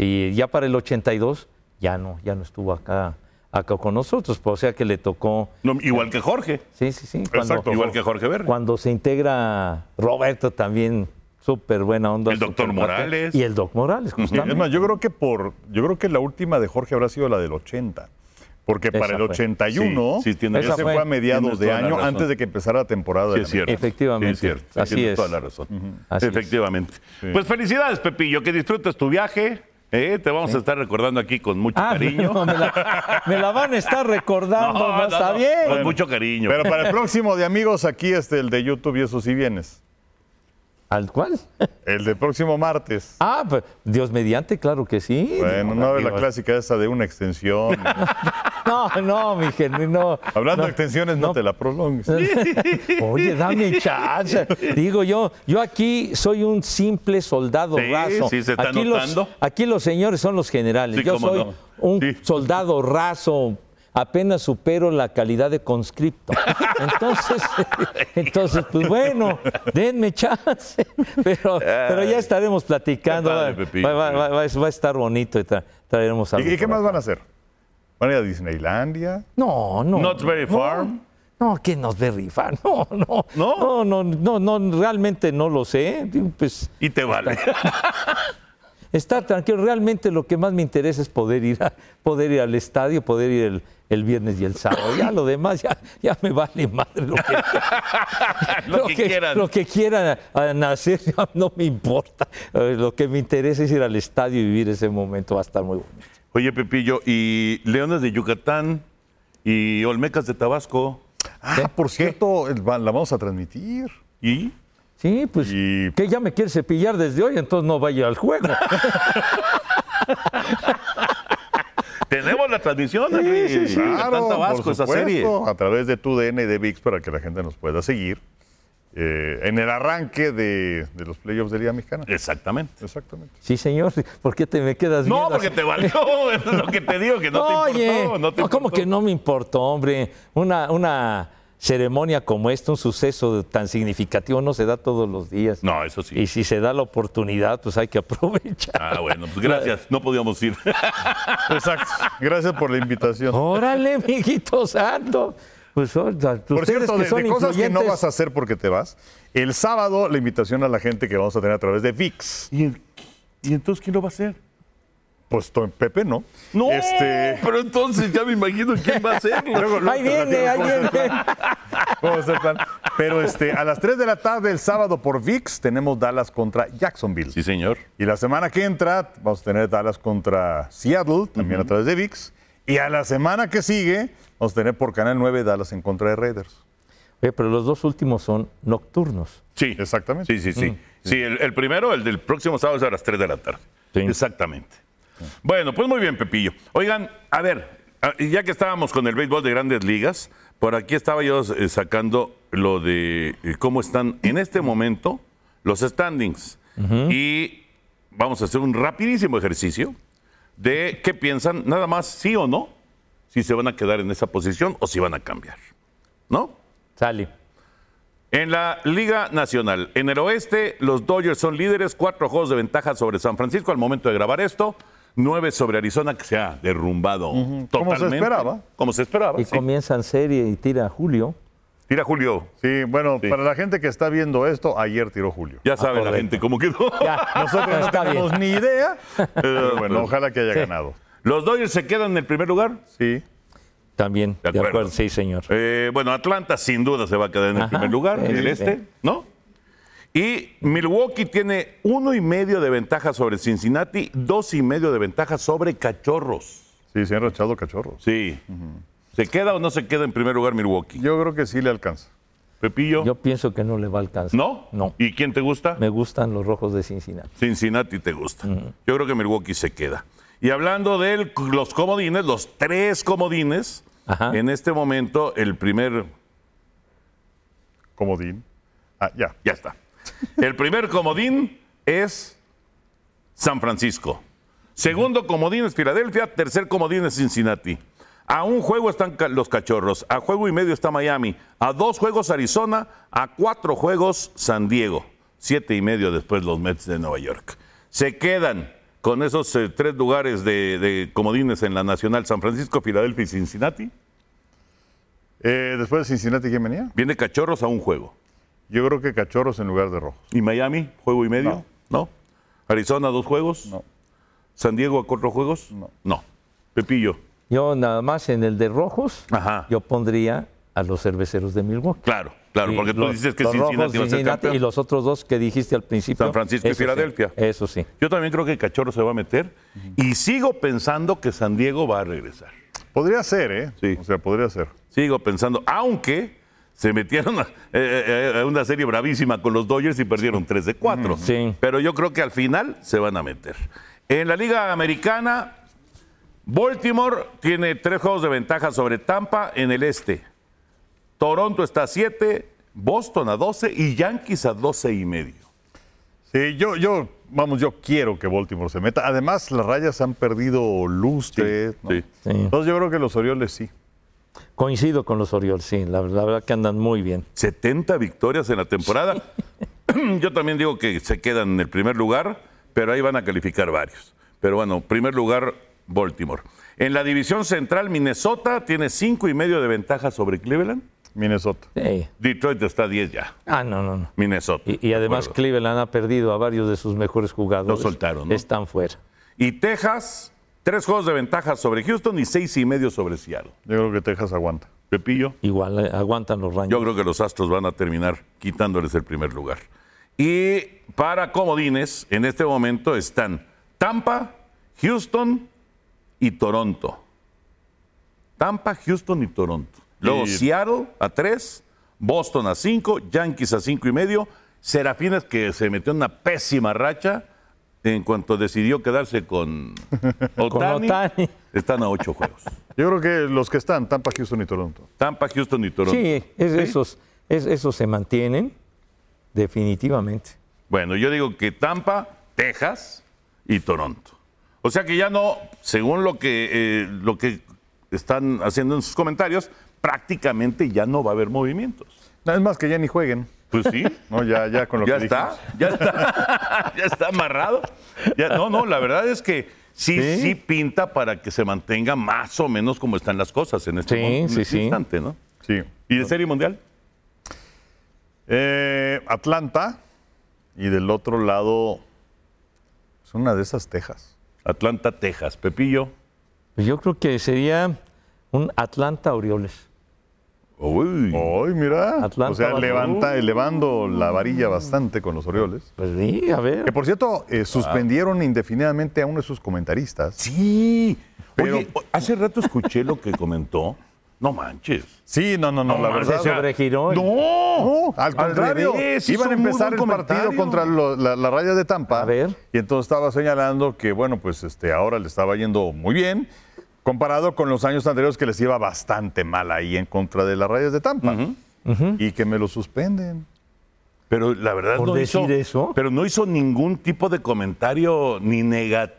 Speaker 4: Y ya para el 82 ya no, ya no estuvo acá, acá con nosotros. pues, o sea que le tocó...
Speaker 2: No, igual que Jorge.
Speaker 4: Sí, sí, sí.
Speaker 3: Exacto.
Speaker 2: Igual que Jorge Berry.
Speaker 4: Cuando se integra Roberto también, súper buena onda.
Speaker 2: El doctor
Speaker 4: súper cuate.
Speaker 2: Morales.
Speaker 4: Y el Doc Morales, justamente.
Speaker 3: Es más, yo creo que por, yo creo que la última de Jorge habrá sido la del 80. Porque
Speaker 4: Esa
Speaker 3: para el
Speaker 4: fue.
Speaker 3: 81,
Speaker 2: Sí, sí, tiene-
Speaker 3: ese
Speaker 4: Esa
Speaker 3: fue
Speaker 4: fue.
Speaker 3: a
Speaker 2: Tienes
Speaker 3: mediados de
Speaker 2: toda la
Speaker 3: año,
Speaker 2: razón.
Speaker 3: antes de que empezara la temporada.
Speaker 2: Sí,
Speaker 3: de
Speaker 2: es
Speaker 3: la
Speaker 2: cierto.
Speaker 4: Efectivamente.
Speaker 2: Sí, es cierto.
Speaker 4: Así
Speaker 2: Tienes
Speaker 4: es.
Speaker 2: toda la razón.
Speaker 4: Así es.
Speaker 2: Efectivamente. Pues felicidades, Pepillo, que disfrutes tu viaje. ¿eh? Te vamos a estar recordando aquí con mucho
Speaker 4: Ah,
Speaker 2: cariño.
Speaker 4: <laughs> no, me, la, me la van a estar recordando, no,
Speaker 2: no,
Speaker 4: está
Speaker 2: no,
Speaker 4: bien.
Speaker 2: Con mucho cariño. <laughs>
Speaker 3: Pero para el próximo de amigos, aquí este, el de YouTube y eso sí vienes.
Speaker 4: ¿Al cual?
Speaker 3: El del próximo martes.
Speaker 4: Ah, pues, Dios mediante, claro que sí.
Speaker 3: Bueno, no de la
Speaker 4: Digo,
Speaker 3: clásica esa de una extensión.
Speaker 2: <laughs>
Speaker 4: No, no, mi Henry, no.
Speaker 3: Hablando
Speaker 4: No.
Speaker 3: de extensiones, no, te la prolongues.
Speaker 4: Oye, dame chance. Digo yo, yo aquí soy un simple soldado
Speaker 2: Sí,
Speaker 4: raso.
Speaker 2: sí, se está
Speaker 4: aquí, los,
Speaker 2: notando.
Speaker 4: aquí los señores son los generales.
Speaker 2: Sí,
Speaker 4: yo
Speaker 2: cómo
Speaker 4: soy
Speaker 2: no.
Speaker 4: un
Speaker 2: Sí.
Speaker 4: soldado raso. Apenas supero la calidad de conscripto.
Speaker 2: <laughs>
Speaker 4: Entonces, entonces, pues bueno, denme chance. Pero, pero ya estaremos platicando.
Speaker 2: Qué padre,
Speaker 4: va-
Speaker 2: Pepillo.
Speaker 4: va, va- va- va a estar bonito y tra- traeremos algo.
Speaker 3: ¿Y, y qué
Speaker 4: por
Speaker 3: más
Speaker 4: acá.
Speaker 3: van a hacer? ¿Van a ir a Disneylandia?
Speaker 4: No, no.
Speaker 2: Knott's Berry Farm.
Speaker 4: No, que nos ve rifar. <laughs> No, no.
Speaker 2: ¿No?
Speaker 4: No, no, no, no, realmente no lo sé. Digo, Pues
Speaker 2: Y te vale.
Speaker 4: estar tranquilo. Realmente lo que más me interesa es poder ir, a- poder ir al estadio, poder ir el, el viernes y el sábado. Ya lo demás, ya, ya me vale madre lo
Speaker 2: <laughs>
Speaker 4: que,
Speaker 2: <laughs> Lo que quieran.
Speaker 4: Lo que quieran a- a hacer, ya no me importa. Eh, Lo que me interesa es ir al estadio y vivir ese momento. Va a estar muy bonito.
Speaker 2: Oye, Pepillo, y Leones de Yucatán y Olmecas de Tabasco.
Speaker 3: Ah, por cierto, el- va- la vamos a transmitir.
Speaker 2: ¿Y?
Speaker 4: Sí, pues
Speaker 3: Y-
Speaker 4: que ya me quiere cepillar desde hoy, entonces no vaya al juego.
Speaker 2: <laughs> Tenemos la transmisión, Henry. Yucatán
Speaker 3: Claro,
Speaker 2: Tabasco,
Speaker 3: por
Speaker 2: esa
Speaker 3: supuesto,
Speaker 2: serie.
Speaker 3: A través de TUDN y de VIX para que la gente nos pueda seguir. eh, en el arranque de, de los playoffs de Liga Mexicana.
Speaker 2: Exactamente.
Speaker 3: Exactamente.
Speaker 4: Sí, señor. ¿Por qué te me quedas
Speaker 2: No,
Speaker 4: viendo
Speaker 2: porque
Speaker 4: así?
Speaker 2: te valió, <laughs> es lo que te digo, que no te
Speaker 4: Oye,
Speaker 2: importó. No te
Speaker 4: no, ¿cómo
Speaker 2: importó.
Speaker 4: que no me importó, hombre? Una, una ceremonia como esta, un suceso tan significativo, no se da todos los días.
Speaker 2: No, eso sí.
Speaker 4: Y si se da la oportunidad, pues hay que aprovechar.
Speaker 2: Ah, bueno, pues gracias, no podíamos ir.
Speaker 3: Exacto. Gracias por la invitación.
Speaker 4: Órale, mijito santo. Pues, o- ustedes
Speaker 3: Por cierto,
Speaker 4: que
Speaker 3: de,
Speaker 4: son
Speaker 3: de cosas que no
Speaker 4: influyentes-
Speaker 3: vas a hacer porque te vas, el sábado la invitación a la gente que vamos a tener a través de VIX.
Speaker 2: <laughs> ¿Y, el- y entonces quién lo va a hacer?
Speaker 3: Pues to- Pepe no.
Speaker 2: No,
Speaker 3: Este,
Speaker 2: pero entonces ya me imagino quién va a hacerlo.
Speaker 3: luego- luego
Speaker 4: Ahí
Speaker 3: te
Speaker 4: viene,
Speaker 3: platico
Speaker 4: ahí
Speaker 3: cómo es el plan.
Speaker 4: viene.
Speaker 3: ¿Cómo es el plan? Pero este, a las 3 de la tarde el sábado por VIX tenemos Dallas contra Jacksonville.
Speaker 2: Sí, señor.
Speaker 3: Y la semana que entra vamos a tener Dallas contra Seattle, también a través de VIX. Y a la semana que sigue vamos a tener por Canal 9 Dallas en contra de Raiders.
Speaker 4: <laughs> Oye, pero los dos últimos son nocturnos.
Speaker 2: Sí.
Speaker 3: Exactamente.
Speaker 2: Sí, sí, sí. Sí, el, el primero, el del próximo sábado es a las 3 de la tarde.
Speaker 4: Sí.
Speaker 2: Exactamente. Bueno, pues muy bien, Pepillo. Oigan, a ver, a- ya que estábamos con el béisbol de grandes ligas, por aquí estaba yo eh, sacando lo de eh, cómo están en este momento los standings. Y vamos a hacer un rapidísimo ejercicio de qué piensan, nada más sí o no, si se van a quedar en esa posición o si van a cambiar. ¿No?
Speaker 4: Sale.
Speaker 2: En la Liga Nacional, en el oeste, los Dodgers son líderes, cuatro juegos de ventaja sobre San Francisco al momento de grabar esto, nueve sobre Arizona, que se ha derrumbado
Speaker 3: Como se
Speaker 2: totalmente.
Speaker 3: esperaba.
Speaker 2: Como se esperaba.
Speaker 4: Y
Speaker 2: Oh, sí.
Speaker 4: comienzan serie y tira Julio.
Speaker 2: Tira Julio.
Speaker 3: Sí, bueno,
Speaker 2: Sí.
Speaker 3: para la gente que está viendo esto, ayer tiró Julio.
Speaker 2: Ya sabe la
Speaker 4: Ah, correcto.
Speaker 2: gente cómo quedó.
Speaker 4: <laughs>
Speaker 2: <laughs> Eh,
Speaker 4: Ya,
Speaker 3: Nosotros no
Speaker 4: está
Speaker 3: tenemos Pues,
Speaker 4: bien.
Speaker 3: ni idea. <laughs> Pero bueno, ojalá que haya ganado.
Speaker 2: Los Dodgers se quedan en el primer lugar.
Speaker 3: Sí.
Speaker 4: También, de acuerdo.
Speaker 2: acuerdo.
Speaker 4: sí, señor.
Speaker 2: Eh, bueno, Atlanta sin duda se va a quedar en el
Speaker 4: Ajá,
Speaker 2: primer lugar,
Speaker 4: sí,
Speaker 2: en el
Speaker 4: sí.
Speaker 2: este, ¿no? Y Milwaukee tiene uno y medio de ventaja sobre Cincinnati, dos y medio de ventaja sobre Cachorros.
Speaker 3: Sí, se han rachado cachorros.
Speaker 2: Sí. ¿Se queda o no se queda en primer lugar Milwaukee?
Speaker 3: Yo creo que sí le alcanza.
Speaker 2: Pepillo.
Speaker 4: Yo pienso que no le va a alcanzar.
Speaker 2: ¿No?
Speaker 4: No.
Speaker 2: ¿Y quién te gusta?
Speaker 4: Me gustan los rojos de Cincinnati.
Speaker 2: Cincinnati te gusta. Yo creo que Milwaukee se queda. Y hablando de él, los comodines, los tres comodines,
Speaker 4: Ajá.
Speaker 2: en este momento el primer,
Speaker 3: Comodín. Ah, ya.
Speaker 2: ya está. El primer comodín es San Francisco. Segundo comodín es Filadelfia, tercer comodín es Cincinnati. A un juego están ca- los cachorros, a juego y medio está Miami, a dos juegos Arizona, a cuatro juegos San Diego, siete y medio después los Mets de Nueva York. Se quedan con esos eh, tres lugares de, de comodines en la Nacional, San Francisco, Filadelfia y Cincinnati.
Speaker 3: Eh, después de Cincinnati, ¿quién venía?
Speaker 2: Viene cachorros a un juego.
Speaker 3: Yo creo que cachorros en lugar de rojos.
Speaker 2: ¿Y Miami, juego y medio?
Speaker 3: No.
Speaker 2: ¿No? ¿Arizona, dos juegos?
Speaker 3: No.
Speaker 2: ¿San Diego, a cuatro juegos?
Speaker 3: No.
Speaker 2: No. Pepillo.
Speaker 4: Yo nada más en el de rojos,
Speaker 2: Ajá.
Speaker 4: yo pondría a los cerveceros de Milwaukee.
Speaker 2: Claro, claro,
Speaker 4: Y
Speaker 2: porque tú
Speaker 4: los-
Speaker 2: dices que
Speaker 4: los rojos,
Speaker 2: Cincinnati va a ser
Speaker 4: Cincinnati
Speaker 2: campeón.
Speaker 4: Y los otros dos que dijiste al principio.
Speaker 2: San Francisco y
Speaker 4: eso sí,
Speaker 2: Filadelfia.
Speaker 4: eso sí.
Speaker 2: Yo también creo que Cachorro se va a meter y sigo pensando que San Diego va a regresar.
Speaker 3: Podría ser, ¿eh?
Speaker 2: Sí.
Speaker 3: O sea, podría ser.
Speaker 2: Sigo pensando, aunque se metieron a, eh, eh, a una serie bravísima con los Dodgers y perdieron 3 de 4.
Speaker 4: Sí.
Speaker 2: Pero yo creo que al final se van a meter. En la Liga Americana, Baltimore tiene tres juegos de ventaja sobre Tampa en el este. Toronto está a 7, Boston a 12 y Yankees a 12 y medio.
Speaker 3: Sí, yo, yo, vamos, yo quiero que Baltimore se meta. Además, las rayas han perdido lustre. ¿no?
Speaker 2: sí.
Speaker 4: Sí.
Speaker 3: Entonces, yo creo que los Orioles sí.
Speaker 4: Coincido con los Orioles, sí. La, la verdad que andan muy bien.
Speaker 2: 70 victorias en la temporada. <clears throat> Yo también digo que se quedan en el primer lugar, pero ahí van a calificar varios. Pero bueno, primer lugar, Baltimore. En la división central, Minnesota tiene cinco y medio de ventaja sobre Cleveland.
Speaker 3: Minnesota.
Speaker 4: Sí.
Speaker 2: Detroit está a 10 ya.
Speaker 4: Ah, no, no, no.
Speaker 2: Minnesota.
Speaker 4: Y, y además
Speaker 2: de acuerdo.
Speaker 4: Cleveland ha perdido a varios de sus mejores jugadores.
Speaker 2: Los soltaron, ¿no?
Speaker 4: Están fuera.
Speaker 2: Y Texas, tres juegos de ventaja sobre Houston y seis y medio sobre Seattle.
Speaker 3: Yo creo que Texas aguanta.
Speaker 2: Pepillo.
Speaker 4: Igual eh, aguantan los Rangers.
Speaker 2: Yo creo que los Astros van a terminar quitándoles el primer lugar. Y para comodines, en este momento están Tampa, Houston y Toronto. Tampa, Houston y Toronto. Luego
Speaker 3: Y-
Speaker 2: Seattle a tres, Boston a cinco, Yankees a cinco y medio, Serafines que se metió en una pésima racha en cuanto decidió quedarse <laughs> con Otani.
Speaker 4: Ohtani.
Speaker 2: Están a ocho juegos.
Speaker 3: Yo creo que los que están, Tampa, Houston y Toronto.
Speaker 2: Tampa, Houston y Toronto.
Speaker 4: Sí, es- Esos, es- esos se mantienen definitivamente.
Speaker 2: Bueno, yo digo que Tampa, Texas y Toronto. O sea que ya no, según lo que, eh, lo que están haciendo en sus comentarios, prácticamente ya no va a haber movimientos.
Speaker 3: No, es más que ya ni jueguen.
Speaker 2: Pues sí,
Speaker 3: No, ya, ya con lo
Speaker 2: ya
Speaker 3: que
Speaker 2: está,
Speaker 3: dijimos.
Speaker 2: ya está, <laughs> ya está amarrado. Ya- no, no, la verdad es que sí, sí,
Speaker 4: Sí.
Speaker 2: pinta para que se mantenga más o menos como están las cosas en este,
Speaker 4: Sí,
Speaker 2: mo- en
Speaker 4: sí,
Speaker 2: este
Speaker 4: sí.
Speaker 2: instante, ¿no?
Speaker 3: Sí.
Speaker 2: ¿Y de Serie Mundial?
Speaker 3: Eh, Atlanta y del otro lado es una de esas Texas.
Speaker 2: Atlanta, Texas. Pepillo.
Speaker 4: Pues Yo creo que sería un Atlanta Orioles.
Speaker 2: Uy.
Speaker 3: Hoy, mira.
Speaker 4: Atlanta
Speaker 3: o sea,
Speaker 4: va-
Speaker 2: uh.
Speaker 3: levanta, elevando la varilla bastante con los Orioles.
Speaker 4: Pues sí, a ver.
Speaker 3: Que por cierto, eh, suspendieron indefinidamente a uno de sus comentaristas.
Speaker 2: Sí.
Speaker 3: Pero-
Speaker 2: Oye, o- hace rato escuché lo que comentó. No manches.
Speaker 3: Ah, Sí, no, no, no,
Speaker 2: No
Speaker 3: la
Speaker 2: manches,
Speaker 3: verdad.
Speaker 2: o sea,
Speaker 4: sobregiró.
Speaker 3: No, al
Speaker 2: Al
Speaker 3: contrario.
Speaker 2: revés, hizo
Speaker 3: iban a
Speaker 2: un muy
Speaker 3: empezar el
Speaker 2: buen
Speaker 3: partido
Speaker 2: comentario.
Speaker 3: contra lo- la, la raya de Tampa.
Speaker 4: A ver.
Speaker 3: Y entonces estaba señalando que, bueno, pues este, ahora le estaba yendo muy bien, comparado con los años anteriores que les iba bastante mal ahí en contra de las rayas de Tampa. Y que me lo suspenden.
Speaker 2: Pero la verdad
Speaker 4: Por
Speaker 2: no
Speaker 4: decir
Speaker 2: hizo,
Speaker 4: eso.
Speaker 2: Pero no hizo ningún tipo de comentario ni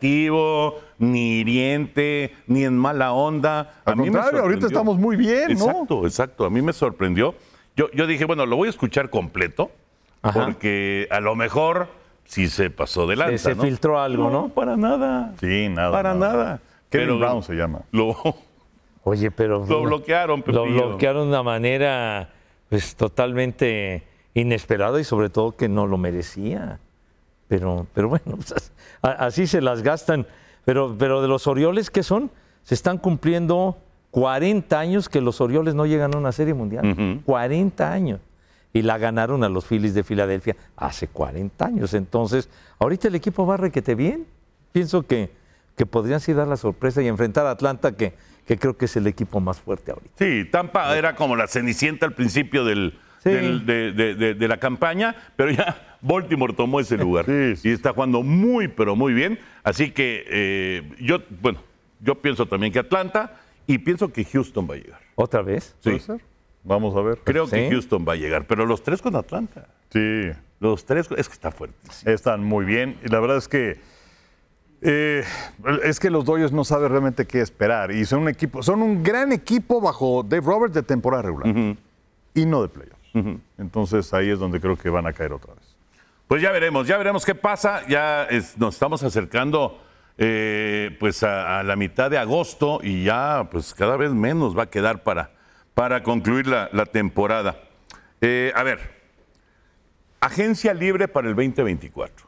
Speaker 2: negativo, ni hiriente, ni en mala onda.
Speaker 3: Al contrario, ahorita
Speaker 2: sorprendió.
Speaker 3: estamos muy bien, ¿no?
Speaker 2: Exacto, exacto. A mí me sorprendió. Yo, yo dije, bueno, lo voy a escuchar completo,
Speaker 4: Ajá.
Speaker 2: porque a lo mejor sí se pasó de lanza,
Speaker 4: se
Speaker 2: ¿no?
Speaker 4: filtró algo, ¿no?
Speaker 2: Para nada.
Speaker 3: Sí, nada,
Speaker 2: Para
Speaker 3: nada.
Speaker 2: nada.
Speaker 3: Kevin Brown se llama.
Speaker 2: Lo,
Speaker 4: Oye, pero.
Speaker 2: Lo bloquearon,
Speaker 4: Lo
Speaker 2: Pepillo.
Speaker 4: bloquearon de una manera pues, totalmente inesperada y sobre todo que no lo merecía. Pero, pero bueno, <laughs> pues, as- a- así se las gastan. Pero, pero de los Orioles, ¿qué son? Se están cumpliendo 40 años que los Orioles no llegan a una serie mundial. 40 años. Y la ganaron a los Phillies de Filadelfia hace 40 años. Entonces, ahorita el equipo va requete bien. Pienso que, que podrían sí dar la sorpresa y enfrentar a Atlanta, que, que creo que es el equipo más fuerte ahorita.
Speaker 2: Sí, Tampa era como la cenicienta al principio del,
Speaker 4: Sí.
Speaker 2: del- de, de- de- de la campaña, pero ya <laughs> Baltimore tomó ese lugar.
Speaker 3: Sí, sí.
Speaker 2: Y está jugando muy, pero muy bien. Así que eh, yo, bueno, yo pienso también que Atlanta y pienso que Houston va a llegar.
Speaker 4: ¿Otra vez?
Speaker 2: Sí.
Speaker 3: ¿Puede ser? Vamos a ver.
Speaker 2: Creo que
Speaker 4: Sí.
Speaker 2: Houston va a llegar, pero los tres con Atlanta.
Speaker 3: Sí,
Speaker 2: Los tres, con- es que está fuerte.
Speaker 3: están muy bien. Y la verdad es que eh, es que los Dodgers no saben realmente qué esperar. Y son un equipo, son un gran equipo bajo Dave Roberts de temporada regular. Y no de playoffs. Entonces ahí es donde creo que van a caer otra vez.
Speaker 2: Pues ya veremos, ya veremos qué pasa. Ya es- nos estamos acercando eh, pues a, a la mitad de agosto y ya pues cada vez menos va a quedar para, para concluir la, la temporada. Eh, a ver, agencia libre para el 2024.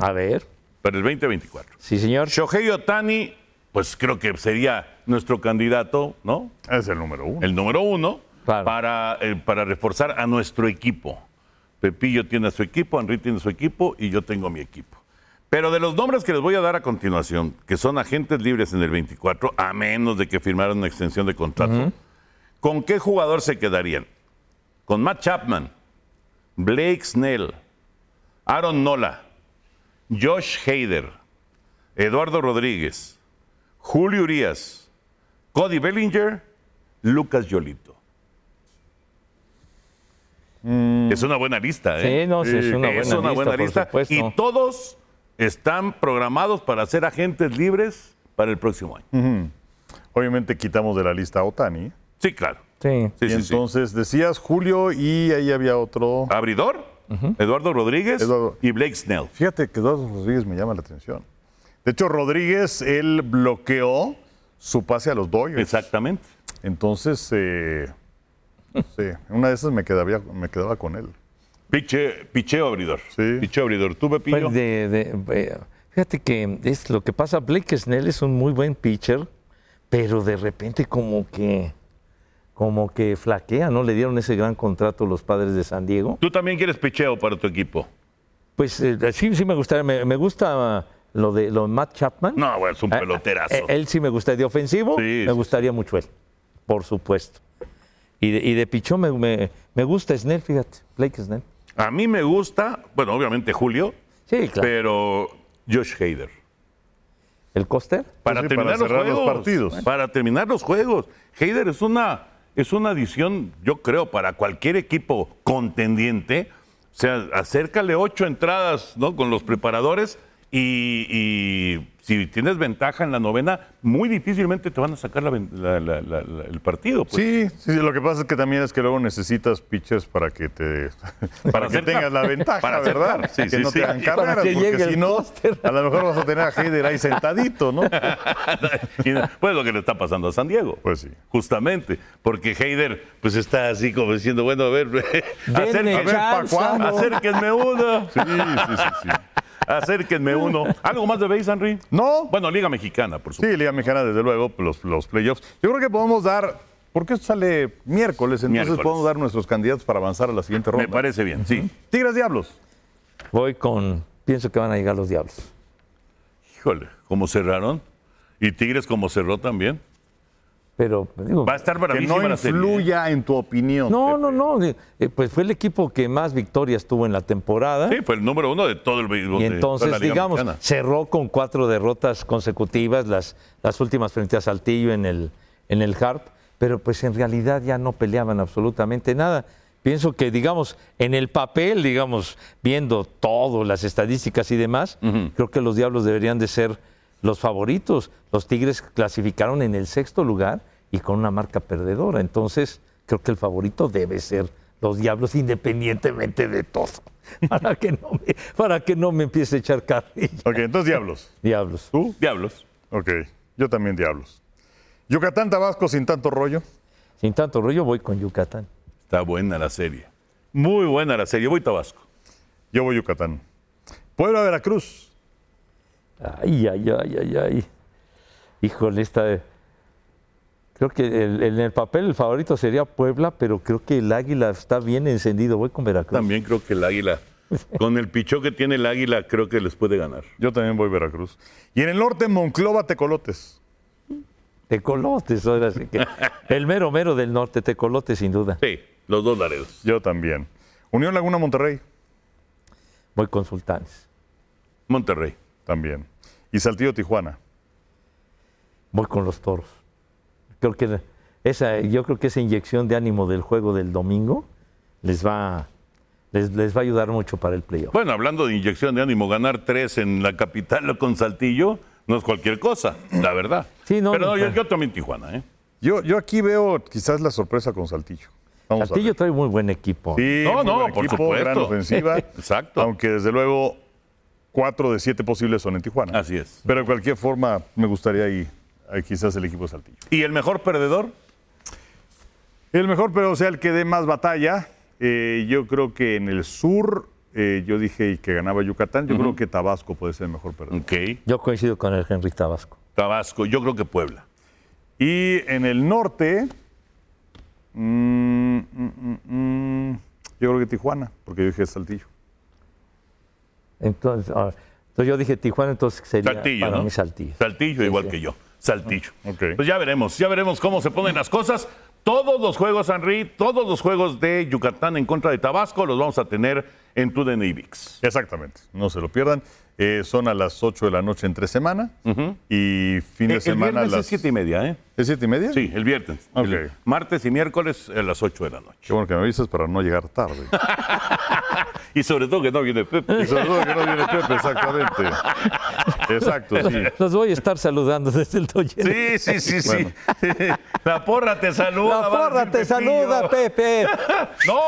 Speaker 4: A ver.
Speaker 2: Para el 2024.
Speaker 4: Sí, señor.
Speaker 2: Shohei Otani, pues creo que sería nuestro candidato, ¿no?
Speaker 3: Es el número uno.
Speaker 2: el número uno
Speaker 4: Claro.
Speaker 2: para, eh, para reforzar a nuestro equipo. Pepillo tiene a su equipo, Henry tiene su equipo y yo tengo mi equipo. Pero de los nombres que les voy a dar a continuación, que son agentes libres en el 24, a menos de que firmaran una extensión de contrato, ¿con qué jugador se quedarían? Con Matt Chapman, Blake Snell, Aaron Nola, Josh Hader, Eduardo Rodríguez, Julio Urias, Cody Bellinger, Lucas Yolito. Es una buena lista, ¿eh?
Speaker 4: Mm. Sí, no, sí, es una
Speaker 2: Es
Speaker 4: buena
Speaker 2: una buena
Speaker 4: lista,
Speaker 2: lista.
Speaker 4: por supuesto.
Speaker 2: Y todos están programados para ser agentes libres para el próximo
Speaker 4: Mm.
Speaker 2: año.
Speaker 3: Obviamente quitamos de la lista a Otani.
Speaker 2: Sí, claro.
Speaker 4: Sí.
Speaker 2: Sí,
Speaker 3: y
Speaker 2: sí, sí.
Speaker 3: entonces decías Julio y ahí había otro.
Speaker 2: Abridor, Eduardo Rodríguez
Speaker 3: Eduardo.
Speaker 2: y Blake Snell.
Speaker 3: Fíjate que Eduardo Rodríguez me llama la atención. De hecho, Rodríguez, él bloqueó su pase a los Dodgers.
Speaker 2: Exactamente.
Speaker 3: Entonces, eh, sí, una de esas me quedaba, me quedaba con él.
Speaker 2: Piche, picheo abridor.
Speaker 3: Sí.
Speaker 2: Picheo abridor. Tú, Pepillo.
Speaker 4: Pues de- de- eh, fíjate que es lo que pasa. Blake Snell es un muy buen pitcher, pero de repente como que, como que flaquea, ¿no? Le dieron ese gran contrato los padres de San Diego.
Speaker 2: Tú también quieres picheo para tu equipo.
Speaker 4: Pues eh, sí, sí me gustaría. Me, me gusta lo de lo de Matt Chapman.
Speaker 2: No, güey, es un
Speaker 4: Ah,
Speaker 2: peloterazo.
Speaker 4: eh, él sí me gustaría. De ofensivo,
Speaker 2: Sí, sí,
Speaker 4: me gustaría mucho él, por supuesto. Y de, y de pichón me, me- me gusta Snell, fíjate. Blake Snell.
Speaker 2: A mí me gusta, bueno, obviamente Julio,
Speaker 4: Sí, claro.
Speaker 2: pero Josh Hader.
Speaker 4: ¿El coster?
Speaker 2: Para
Speaker 3: sí,
Speaker 2: terminar
Speaker 3: para
Speaker 2: los,
Speaker 3: cerrar los
Speaker 2: juegos,
Speaker 3: partidos.
Speaker 2: Para terminar los juegos. Hader es una, es una adición, yo creo, para cualquier equipo contendiente. O sea, acércale ocho entradas ¿no? con los preparadores y, y si tienes ventaja en la novena, muy difícilmente te van a sacar la ven- la- la- la- la- el partido. pues.
Speaker 3: Sí, sí, lo que pasa es que también es que luego necesitas pitchers para
Speaker 2: <laughs>
Speaker 3: que te para que
Speaker 2: hacer
Speaker 3: tengas la ventaja,
Speaker 2: Para hacer
Speaker 3: ¿verdad?
Speaker 2: Sí,
Speaker 3: que
Speaker 2: sí,
Speaker 3: no
Speaker 2: sí.
Speaker 3: te hagan
Speaker 2: Y
Speaker 4: para
Speaker 3: carreras,
Speaker 4: que
Speaker 3: porque
Speaker 4: llegue el
Speaker 3: si no,
Speaker 4: clúster.
Speaker 3: a lo mejor vas a tener a Heider ahí
Speaker 2: <laughs>
Speaker 3: sentadito, ¿no?
Speaker 2: Y, pues lo que le está pasando a San Diego.
Speaker 3: Pues sí.
Speaker 2: Justamente, porque Heider pues está así como diciendo, bueno, a ver, <laughs>
Speaker 4: Denle
Speaker 2: acérquenme,
Speaker 4: chance,
Speaker 2: cuándo?
Speaker 4: amo.
Speaker 2: acérquenme uno.
Speaker 3: <laughs> Sí, sí, sí, sí.
Speaker 2: Acérquenme uno. ¿Algo más de Base, Henry?
Speaker 3: No.
Speaker 2: Bueno, Liga Mexicana, por supuesto.
Speaker 3: Sí, Liga Mexicana, desde luego, los, los playoffs. Yo creo que podemos dar, porque esto sale miércoles, entonces
Speaker 2: Miércoles.
Speaker 3: podemos dar nuestros candidatos para avanzar a la siguiente ronda.
Speaker 2: Me parece bien, sí.
Speaker 3: Tigres Diablos.
Speaker 4: Voy con. Pienso que van a llegar los diablos.
Speaker 2: Híjole, como cerraron. Y Tigres como cerró también.
Speaker 4: Pero digo,
Speaker 2: Va a estar
Speaker 3: Que
Speaker 2: bravísima
Speaker 3: no
Speaker 2: la serie, ¿eh?
Speaker 3: influya en tu opinión.
Speaker 4: no,
Speaker 3: Pepe.
Speaker 4: no, no. eh, eh, Pues fue el equipo que más victorias tuvo en la temporada.
Speaker 2: ¿eh? Sí, fue el número uno de todo el béisbol.
Speaker 4: Y
Speaker 2: de toda la
Speaker 4: entonces,
Speaker 2: Liga
Speaker 4: digamos,
Speaker 2: Mexicana.
Speaker 4: cerró con cuatro derrotas consecutivas, las, las últimas frente a Saltillo en el, en el Harp, pero pues en realidad ya no peleaban absolutamente nada. Pienso que, digamos, en el papel, digamos, viendo todo, las estadísticas y demás, creo que los Diablos deberían de ser los favoritos. Los Tigres clasificaron en el sexto lugar y con una marca perdedora. Entonces, creo que el favorito debe ser los Diablos, independientemente de todo. <laughs> Para que no me, para que no me empiece a echar carrilla.
Speaker 3: Ok, entonces Diablos.
Speaker 4: Diablos.
Speaker 3: ¿Tú?
Speaker 2: Diablos.
Speaker 3: Ok, yo también Diablos. Yucatán Tabasco sin tanto rollo.
Speaker 4: Sin tanto rollo, voy con Yucatán.
Speaker 2: Está buena la serie. Muy buena la serie. Voy Tabasco.
Speaker 3: Yo voy Yucatán. Puebla Veracruz.
Speaker 4: Ay, ay, ay, ay, ay. Híjole, esta. Creo que el- en el papel el favorito sería Puebla, pero creo que el águila está bien encendido. Voy con Veracruz.
Speaker 2: También creo que el Águila, con el pichó que tiene el Águila, creo que les puede ganar.
Speaker 3: Yo también voy Veracruz. Y en el norte Monclova Tecolotes.
Speaker 4: Tecolotes, ahora sí
Speaker 3: <laughs>
Speaker 4: que. El mero mero del norte, Tecolotes, sin duda.
Speaker 2: Sí, los dos Laredos.
Speaker 3: Yo también. Unión Laguna Monterrey.
Speaker 4: Voy con Sultanes.
Speaker 2: Monterrey.
Speaker 3: También. Y Saltillo Tijuana.
Speaker 4: Voy con los toros. Creo que esa, yo creo que esa inyección de ánimo del juego del domingo les va, les, les va a ayudar mucho para el playoff.
Speaker 2: Bueno, hablando de inyección de ánimo, ganar tres en la capital <laughs> con Saltillo no es cualquier cosa, la verdad.
Speaker 4: Sí, no,
Speaker 2: Pero no,
Speaker 4: no,
Speaker 2: yo,
Speaker 4: claro.
Speaker 2: yo también Tijuana, ¿eh?
Speaker 3: Yo, yo aquí veo quizás la sorpresa con Saltillo. Vamos a ver.
Speaker 4: Castillo trae muy buen equipo.
Speaker 3: Sí,
Speaker 2: No,
Speaker 3: muy
Speaker 2: no,
Speaker 3: buen
Speaker 2: por
Speaker 3: equipo,
Speaker 2: supuesto.
Speaker 3: Gran
Speaker 2: <laughs>
Speaker 3: ofensiva.
Speaker 2: Exacto.
Speaker 3: Aunque desde luego cuatro de siete posibles son en Tijuana.
Speaker 2: Así es.
Speaker 3: Pero de cualquier forma me gustaría ahí, ahí quizás el equipo de Saltillo.
Speaker 2: ¿Y el mejor perdedor?
Speaker 3: El mejor, pero o sea, el que dé más batalla. eh, yo creo que en el sur, eh, yo dije que ganaba Yucatán. Yo creo que Tabasco puede ser el mejor perdedor.
Speaker 2: Ok.
Speaker 4: Yo coincido con el Henry Tabasco.
Speaker 2: Tabasco, yo creo que Puebla.
Speaker 3: Y en el norte, mm, mm, mm, mm, yo creo que Tijuana, porque yo dije Saltillo.
Speaker 4: Entonces, ah, entonces yo dije Tijuana, entonces sería
Speaker 2: Saltillo,
Speaker 4: para
Speaker 2: ¿no?
Speaker 4: mí Saltillo.
Speaker 2: igual que yo. Saltillo.
Speaker 3: Ok.
Speaker 2: Pues ya veremos, ya veremos cómo se ponen las cosas. Todos los juegos, Henry, todos los juegos de Yucatán en contra de Tabasco los vamos a tener en tu DNI
Speaker 3: Eh,
Speaker 2: VIX.
Speaker 3: Exactamente, no se lo pierdan. Eh, son a las 8 de la noche entre semana y fin de
Speaker 2: Eh, El
Speaker 3: semana a
Speaker 2: viernes
Speaker 3: las
Speaker 2: es siete y media, ¿eh?
Speaker 3: ¿Es siete y media.
Speaker 2: Sí, el viernes.
Speaker 3: Ok.
Speaker 2: El martes y miércoles a las 8 de la noche.
Speaker 3: Qué bueno que me avisas para no llegar tarde.
Speaker 2: <laughs> Y sobre todo que no viene Pepe.
Speaker 3: Y sobre todo que no viene Pepe, exactamente. Exacto, sí.
Speaker 4: Los voy a estar saludando desde el Doyen.
Speaker 2: Sí, sí, sí, sí. <laughs> La porra te saluda. vas
Speaker 4: La
Speaker 2: a
Speaker 4: porra
Speaker 2: decir,
Speaker 4: te
Speaker 2: Pepillo.
Speaker 4: saluda, Pepe.
Speaker 2: <laughs>
Speaker 4: Ah.
Speaker 2: No,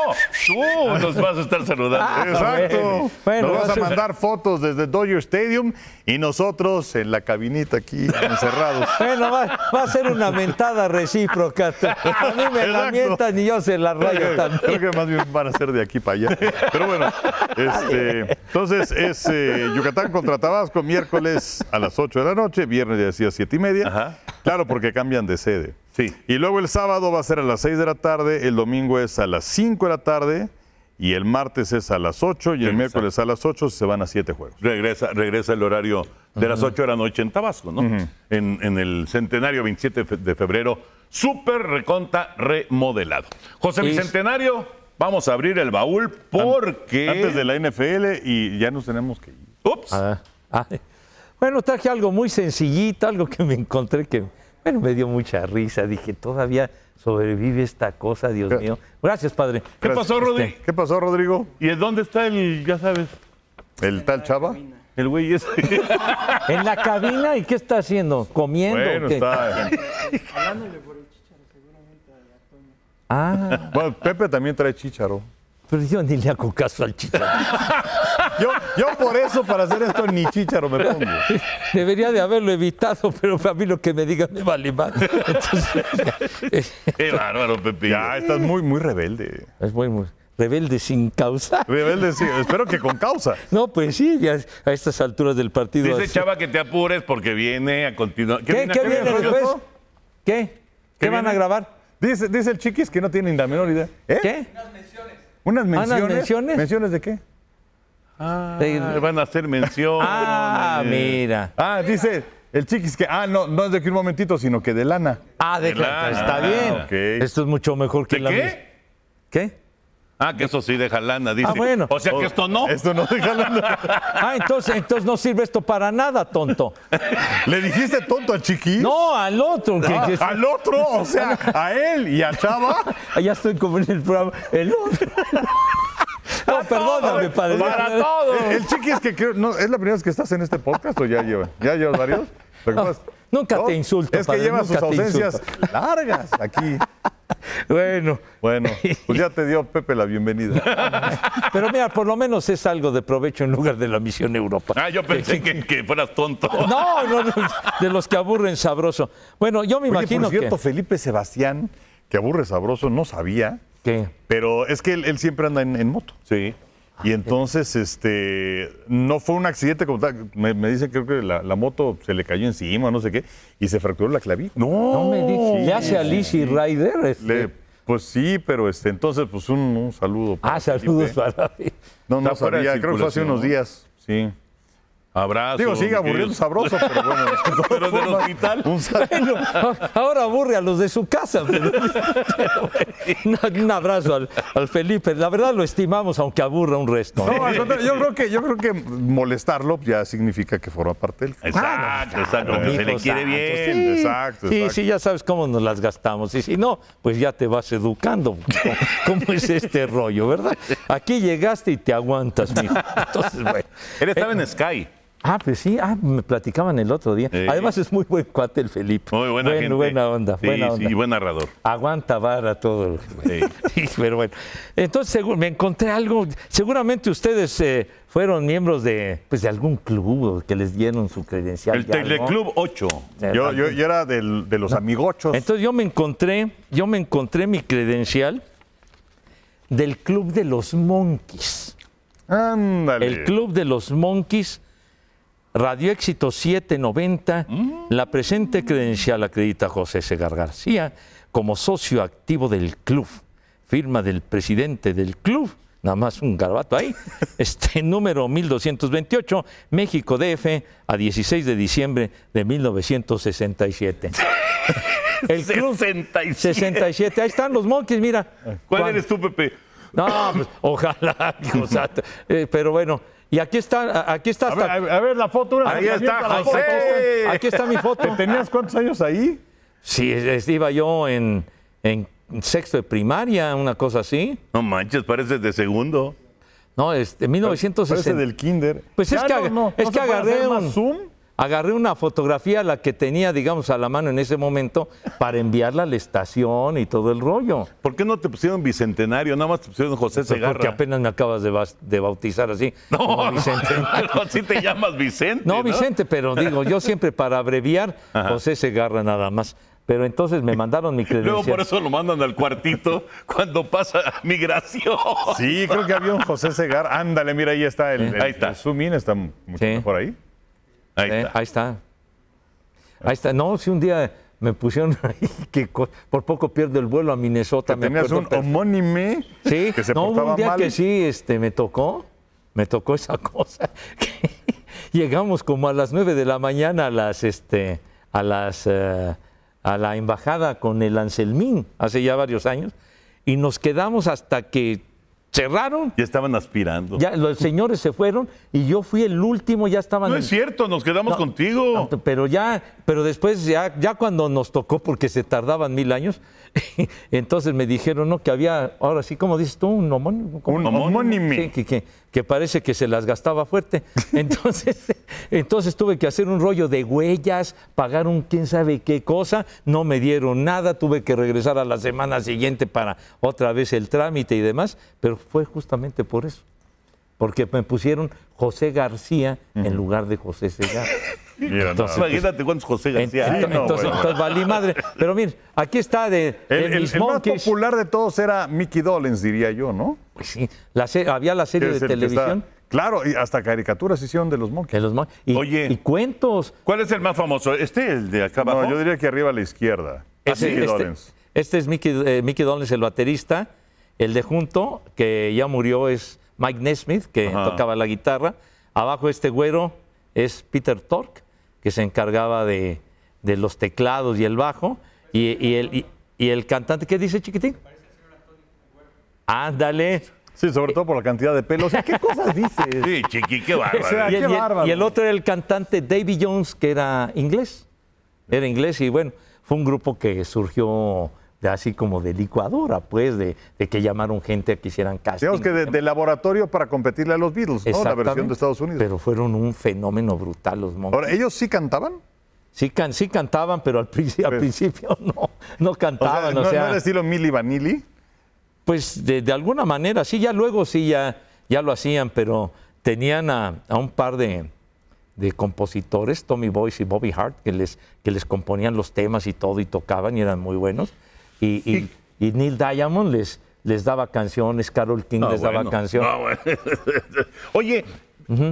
Speaker 2: tú nos vas a estar saludando.
Speaker 3: Exacto.
Speaker 4: Bueno,
Speaker 3: Nos vas a
Speaker 4: bueno.
Speaker 3: mandar fotos desde Dodger Stadium y nosotros en la cabinita aquí, encerrados.
Speaker 4: Pues, Bueno, va, va a ser una mentada recíproca. A mí me
Speaker 3: Exacto.
Speaker 4: la mientan y yo se la rayo
Speaker 3: Creo que-
Speaker 4: también.
Speaker 3: Creo que más bien van a ser de aquí para allá. Pero bueno, este, entonces es eh, Yucatán contra Tabasco, miércoles a las 8 de la noche, viernes ya decía 7 y media.
Speaker 2: Ajá.
Speaker 3: Claro, porque cambian de sede.
Speaker 2: Sí.
Speaker 3: Y luego el sábado va a ser a las 6 de la tarde, el domingo es a las 5 de la tarde, y el martes es a las 8 y el
Speaker 2: Exacto.
Speaker 3: miércoles a las 8 se van a 7 juegos.
Speaker 2: Regresa, regresa el horario de las 8 de la noche en Tabasco, ¿no? en, en el centenario 27 fe- de febrero, súper reconta remodelado. José
Speaker 4: Y-
Speaker 2: Bicentenario, vamos a abrir el baúl porque.
Speaker 3: Antes de la NFL y ya nos tenemos que ir.
Speaker 2: Ups.
Speaker 4: Ah, ah. Bueno, traje algo muy sencillito, algo que me encontré que. Pero me dio mucha risa. Dije, todavía sobrevive esta cosa, Dios
Speaker 3: Gra-
Speaker 4: mío. Gracias, padre.
Speaker 2: ¿Qué pasó, Rodri?
Speaker 4: Este,
Speaker 3: ¿Qué pasó, Rodrigo?
Speaker 2: ¿Y en dónde está el, ya sabes,
Speaker 3: ¿El tal Chava?
Speaker 2: el güey ese?
Speaker 4: ¿En la cabina? ¿Y qué está haciendo? ¿Comiendo?
Speaker 2: <laughs>
Speaker 3: Bueno,
Speaker 4: o qué?
Speaker 3: está.
Speaker 4: Ah,
Speaker 3: Bueno, Pepe también trae chícharo.
Speaker 4: pero yo ni le hago caso al chico.
Speaker 3: Yo, yo por eso, para hacer esto, ni chícharo me pongo.
Speaker 4: Debería de haberlo evitado, pero a mí lo que me digan me vale más. Entonces,
Speaker 2: Qué bárbaro, Pepillo.
Speaker 4: Ah,
Speaker 3: Ya, estás muy, muy rebelde.
Speaker 4: es muy, muy rebelde sin causa.
Speaker 3: Rebelde, sí. Espero que con causa.
Speaker 4: No, pues sí, ya a estas alturas del partido.
Speaker 2: Dice
Speaker 4: así.
Speaker 2: Chava que te apures porque viene a continuar.
Speaker 4: ¿Qué, qué viene
Speaker 2: Rodrigo?
Speaker 4: después? ¿Qué? ¿Qué, van
Speaker 2: viene?
Speaker 4: a grabar?
Speaker 3: Dice, dice el chiquis que no tiene ni la menor idea. ¿Eh?
Speaker 4: ¿Qué? ¿Ah,
Speaker 3: ¿Unas
Speaker 4: ¿unas
Speaker 3: menciones?
Speaker 4: menciones?
Speaker 3: ¿Menciones de qué?
Speaker 2: Ah, le van a hacer mención.
Speaker 4: Eh, Ah,
Speaker 2: eh,
Speaker 4: mira.
Speaker 3: Ah, dice el chiquis que, ah, no, no es de aquí un momentito, sino que de lana.
Speaker 4: Ah, de
Speaker 2: lana,
Speaker 4: está bien.
Speaker 3: ok.
Speaker 4: Esto es mucho mejor que
Speaker 2: ¿De
Speaker 4: la
Speaker 2: qué?
Speaker 4: mía. ¿Qué?
Speaker 2: Ah, que eso sí deja lana, dice.
Speaker 4: Ah, bueno.
Speaker 2: O sea que esto no.
Speaker 3: Esto no deja lana.
Speaker 4: Ah, entonces, entonces no sirve esto para nada, tonto.
Speaker 3: ¿Le dijiste tonto al chiquis?
Speaker 4: No, al otro. que-
Speaker 3: Ah,
Speaker 4: que-
Speaker 3: al otro, o sea, a él y a Chava.
Speaker 4: Ah, ya estoy como en el programa. El
Speaker 2: <laughs>
Speaker 4: otro. No, perdóname, padre.
Speaker 2: Para todos.
Speaker 3: El chiquis que creo, no, ¿es la primera vez que estás en este podcast o ya lleva? ¿Ya llevas varios? Lo que pasa es-
Speaker 4: Nunca te insulto,
Speaker 3: Es que
Speaker 4: padre,
Speaker 3: lleva
Speaker 4: nunca
Speaker 3: sus
Speaker 4: te
Speaker 3: ausencias largas aquí.
Speaker 4: Bueno,
Speaker 3: Bueno, pues ya te dio Pepe la bienvenida.
Speaker 4: pero mira, por lo menos es algo de provecho en lugar de la misión Europa.
Speaker 2: <laughs> Ah, yo pensé que, que fueras tonto.
Speaker 4: <laughs> No, no, no, de los que aburren sabroso. Bueno, yo me
Speaker 3: Oye,
Speaker 4: imagino
Speaker 3: por cierto,
Speaker 4: que.
Speaker 3: Felipe Sebastián, que aburre sabroso, no sabía,
Speaker 4: ¿Qué?
Speaker 3: pero es que él, él siempre anda en, en moto.
Speaker 2: Sí.
Speaker 3: Y entonces, este, no fue un accidente como tal. Me, me dicen, creo que la, la moto se le cayó encima, no sé qué, y se fracturó la clavícula.
Speaker 4: No me digas. ¿Le hace a
Speaker 3: sí,
Speaker 4: Lizzie Ryder? este?
Speaker 3: Le- pues sí, pero este, entonces, pues un, un saludo. para
Speaker 4: Ah, saludos
Speaker 3: Felipe.
Speaker 4: para mí.
Speaker 3: No, no
Speaker 2: Está fuera de
Speaker 3: sabía, creo que fue hace
Speaker 2: circulación.
Speaker 3: unos días. Sí.
Speaker 2: Abrazo.
Speaker 3: Digo, sigue
Speaker 2: mi
Speaker 3: aburriendo
Speaker 2: querido.
Speaker 4: Ah,
Speaker 3: sabroso, pero bueno. de todas
Speaker 2: Pero del
Speaker 3: formas,
Speaker 2: hospital.
Speaker 3: Un saludo.
Speaker 4: Bueno, a- ahora aburre a los de su casa.
Speaker 3: <laughs>
Speaker 4: pero- <laughs> pero bueno, un- un abrazo al, al Felipe. La verdad lo estimamos, aunque aburra un resto.
Speaker 3: No, al contrario, yo creo que yo creo que molestarlo ya significa que forma parte del
Speaker 2: Exacto, exacto. Que se le
Speaker 4: Hijo
Speaker 2: quiere
Speaker 4: santo,
Speaker 2: bien.
Speaker 4: sí.
Speaker 3: exacto,
Speaker 4: Sí,
Speaker 3: exacto.
Speaker 4: sí, ya sabes cómo nos las gastamos. Y si no, pues ya te vas educando. ¿Cómo, cómo es este rollo, verdad? Aquí llegaste y te aguantas, mijo. Entonces, bueno.
Speaker 2: Él
Speaker 4: Eh,
Speaker 2: estaba en Sky.
Speaker 4: Ah, pues sí, ah, me platicaban el otro día.
Speaker 2: Sí.
Speaker 4: Además es muy buen cuate el Felipe.
Speaker 2: Muy buena
Speaker 4: Buen-
Speaker 2: gente.
Speaker 4: Buena onda,
Speaker 2: Sí,
Speaker 4: buena
Speaker 2: sí,
Speaker 4: onda.
Speaker 2: y buen
Speaker 4: <laughs>
Speaker 2: narrador.
Speaker 4: Aguanta vara todo. lo que-
Speaker 2: Sí.
Speaker 4: Sí, <laughs> pero bueno. Entonces segu- me encontré algo. Seguramente ustedes eh, fueron miembros de, pues, de algún club o que les dieron su credencial.
Speaker 2: El
Speaker 4: de algo.
Speaker 2: Teleclub 8.
Speaker 4: Eh,
Speaker 3: Yo, yo, yo era del- de los amigochos.
Speaker 4: Entonces yo me encontré, yo me encontré mi credencial del Club de los Monkeys.
Speaker 3: Ándale.
Speaker 4: El Club de los Monkeys, Radio Éxito 790, la presente credencial acredita a José Segar García como socio activo del club. Firma del presidente del club, nada más un garbato ahí, este número 1228, México DF, a 16 de diciembre de 1967. El club
Speaker 2: 67.
Speaker 4: 67, ahí están los Monkeys, mira.
Speaker 2: ¿Cuál
Speaker 4: Cuando-
Speaker 2: eres tú, Pepe?
Speaker 4: no, pues, ojalá, <laughs> hijo santo. Eh, pero bueno, y aquí está, a- aquí está
Speaker 3: A
Speaker 4: hasta-
Speaker 3: ver, a ver, a ver la foto. una-
Speaker 2: Ahí está,
Speaker 3: avienta la
Speaker 4: aquí,
Speaker 2: José.
Speaker 3: foto.
Speaker 4: está, aquí está mi foto.
Speaker 3: ¿Tenías cuántos años ahí?
Speaker 4: Sí, es- es- iba yo en, en sexto de primaria, una cosa así.
Speaker 2: No manches, pareces de segundo.
Speaker 4: No, este,
Speaker 3: Parece
Speaker 4: 1960.
Speaker 3: del kinder.
Speaker 4: Pues es
Speaker 3: Ya
Speaker 4: que,
Speaker 3: no,
Speaker 4: aga-
Speaker 3: no,
Speaker 4: es
Speaker 3: ¿no
Speaker 4: que
Speaker 3: se puede
Speaker 4: agarré,
Speaker 3: hacer más
Speaker 4: un-
Speaker 3: zoom.
Speaker 4: agarré una fotografía, la que tenía, digamos, a la mano en ese momento, para enviarla a la estación y todo el rollo.
Speaker 2: ¿Por qué no te pusieron bicentenario? Nada más te pusieron José
Speaker 4: Pues porque
Speaker 2: Segarra.
Speaker 4: apenas me acabas de, bas- de bautizar así. como
Speaker 2: No,
Speaker 4: Vicente.
Speaker 2: <laughs> no, así te llamas Vicente.
Speaker 4: No, Vicente, pero digo, yo siempre para abreviar, José Segarra nada más. Pero entonces me mandaron mi
Speaker 2: Luego por
Speaker 4: credencial.
Speaker 2: eso lo mandan al cuartito cuando pasa migración.
Speaker 3: Sí, creo que había un José Segar. Ándale, mira, ahí está el, el-
Speaker 2: Ahí está.
Speaker 3: el zoom in, está mucho
Speaker 4: Sí.
Speaker 3: mejor ahí.
Speaker 2: <laughs> Ahí
Speaker 4: Eh,
Speaker 2: está.
Speaker 4: Ahí está. Ahí está. No, si un día me pusieron <laughs> ahí que co- por poco pierdo el vuelo a Minnesota. me
Speaker 3: Tenías
Speaker 4: acuerdo
Speaker 3: un
Speaker 4: per-
Speaker 3: homónime
Speaker 4: Sí,
Speaker 3: <laughs> que se
Speaker 4: no, hubo
Speaker 3: portaba
Speaker 4: un día
Speaker 3: mal.
Speaker 4: que sí, este, me tocó, me tocó esa <laughs> cosa. que <laughs> Llegamos como a las 9 de la mañana a las, este, a las, eh, a la embajada con el Anselmín hace ya varios años y nos quedamos hasta que cerraron.
Speaker 2: Ya estaban aspirando.
Speaker 4: Ya los señores se fueron y yo fui el último, ya estaban.
Speaker 2: No es cierto, nos quedamos
Speaker 4: No,
Speaker 2: contigo.
Speaker 4: no, pero ya Pero después, ya, ya cuando nos tocó, porque se tardaban mil años, <laughs> entonces me dijeron ¿no? que había, ahora sí, ¿cómo dices tú? Un homónimo. ¿Cómo?
Speaker 3: Un homónimo.
Speaker 4: Sí, que, que- que parece que se las gastaba fuerte. <laughs> Entonces, <laughs> entonces tuve que hacer un rollo de huellas, pagar un quién sabe qué cosa, no me dieron nada, tuve que regresar a la semana siguiente para otra vez el trámite y demás, pero fue justamente por eso. Porque me pusieron José García en lugar de José Segarra.
Speaker 3: Mira, pues, nada más.
Speaker 2: Imagínate cuántos José García hay.
Speaker 3: sí, no,
Speaker 4: Ent- pues, entonces,
Speaker 3: bueno.
Speaker 4: entonces valí madre. Pero miren, aquí está de, de
Speaker 3: el, el-
Speaker 4: mis
Speaker 3: el más
Speaker 4: Monkeys.
Speaker 3: popular de todos era Mickey Dolenz, diría yo, ¿no?
Speaker 4: Pues sí, la se- había la serie
Speaker 3: Que es
Speaker 4: de
Speaker 3: el que está-
Speaker 4: televisión
Speaker 3: Claro, y hasta caricaturas hicieron de los Monkeys.
Speaker 4: de los Monkeys. Y,
Speaker 2: Oye.
Speaker 4: y cuentos.
Speaker 2: ¿Cuál es el más famoso? ¿Este, el de acá abajo?
Speaker 3: No, yo diría que arriba a la izquierda.
Speaker 4: Ese-
Speaker 3: Mickey
Speaker 4: este,
Speaker 3: Dolenz.
Speaker 4: este es Mickey, eh, Mickey Dolenz, el baterista. El de junto, que ya murió, es Mike Nesmith, que
Speaker 2: Ajá.
Speaker 4: tocaba la guitarra. Abajo este güero es Peter Tork, que se encargaba de, de los teclados y el bajo. Y, y el, y- y el cantante, ¿qué dice chiquitín? Ándale.
Speaker 3: Sí, sobre todo por la cantidad de pelos. ¿Qué cosas dices?
Speaker 2: Sí, chiqui,
Speaker 4: <laughs>
Speaker 2: qué
Speaker 3: Ese-
Speaker 2: bárbaro.
Speaker 4: y, el-
Speaker 3: Ah, qué
Speaker 4: y el-
Speaker 3: bárbaro.
Speaker 4: y el otro era el cantante Davy Jones, que era inglés. Era inglés y bueno, fue un grupo que surgió de así como de licuadora, pues, de, de que llamaron gente que hicieran casting.
Speaker 3: Digamos que de, de laboratorio para competirle a los Beatles, ¿no? La versión
Speaker 4: Exactamente.
Speaker 3: de Estados Unidos.
Speaker 4: Pero fueron un fenómeno brutal los Monkeys.
Speaker 3: Ahora, ¿ellos sí cantaban?
Speaker 4: Sí, can- sí cantaban, pero al, princi- al
Speaker 3: Pues-
Speaker 4: principio <laughs> no, no
Speaker 3: O sea,
Speaker 4: cantaban.
Speaker 3: ¿no,
Speaker 4: O
Speaker 3: no
Speaker 4: sea,
Speaker 3: era estilo Milli Vanilli?
Speaker 4: Pues de, de alguna manera, sí, ya luego sí, ya, ya lo hacían, pero tenían a, a un par de, de compositores, Tommy Boyce y Bobby Hart, que les, que les componían los temas y todo y tocaban y eran muy buenos. Y, y- y Neil Diamond les, les daba canciones, Carol King
Speaker 2: No,
Speaker 4: les
Speaker 2: Ah, bueno,
Speaker 4: daba canciones.
Speaker 2: no, bueno. <laughs> Oye,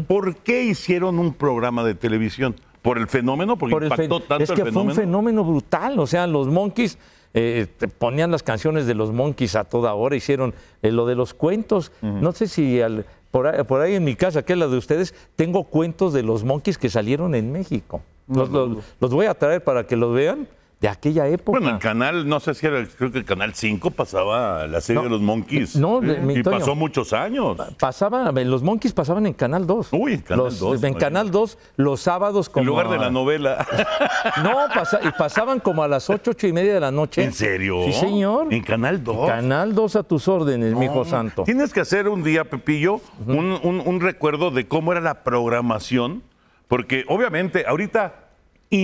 Speaker 2: ¿por qué hicieron un programa de televisión? ¿Por el fenómeno? Porque
Speaker 4: por el
Speaker 2: impactó
Speaker 4: fen-
Speaker 2: tanto
Speaker 4: es
Speaker 2: el
Speaker 4: que fue
Speaker 2: fenómeno.
Speaker 4: un fenómeno brutal. O sea, los Monkeys eh, te ponían las canciones de los Monkeys a toda hora, hicieron eh, lo de los cuentos. No sé si al- por, ahí, por ahí en mi casa, que es la de ustedes, tengo cuentos de los Monkeys que salieron en México. Los, los- los voy a traer para que los vean de aquella época.
Speaker 2: Bueno, el canal, no sé si era, creo que el canal 5 pasaba la serie de los Monkeys.
Speaker 4: no, de- mi
Speaker 2: y
Speaker 4: Toño.
Speaker 2: pasó muchos años.
Speaker 4: Pasaba- eh, los Monkeys pasaban en Canal 2.
Speaker 2: Uy, en Canal
Speaker 4: Los-
Speaker 2: 2,
Speaker 4: En
Speaker 2: oye.
Speaker 4: Canal 2, los sábados como
Speaker 2: En lugar de
Speaker 4: a-
Speaker 2: la novela.
Speaker 4: <laughs> No, pasa- y pasaban como a las 8, 8 y media de la
Speaker 2: <laughs>
Speaker 4: noche.
Speaker 2: ¿En serio?
Speaker 4: Sí, señor.
Speaker 2: En Canal 2.
Speaker 4: Canal 2 a tus órdenes, mijo santo.
Speaker 2: Tienes que hacer un día, Pepillo, un, un- un recuerdo de cómo era la programación, porque obviamente ahorita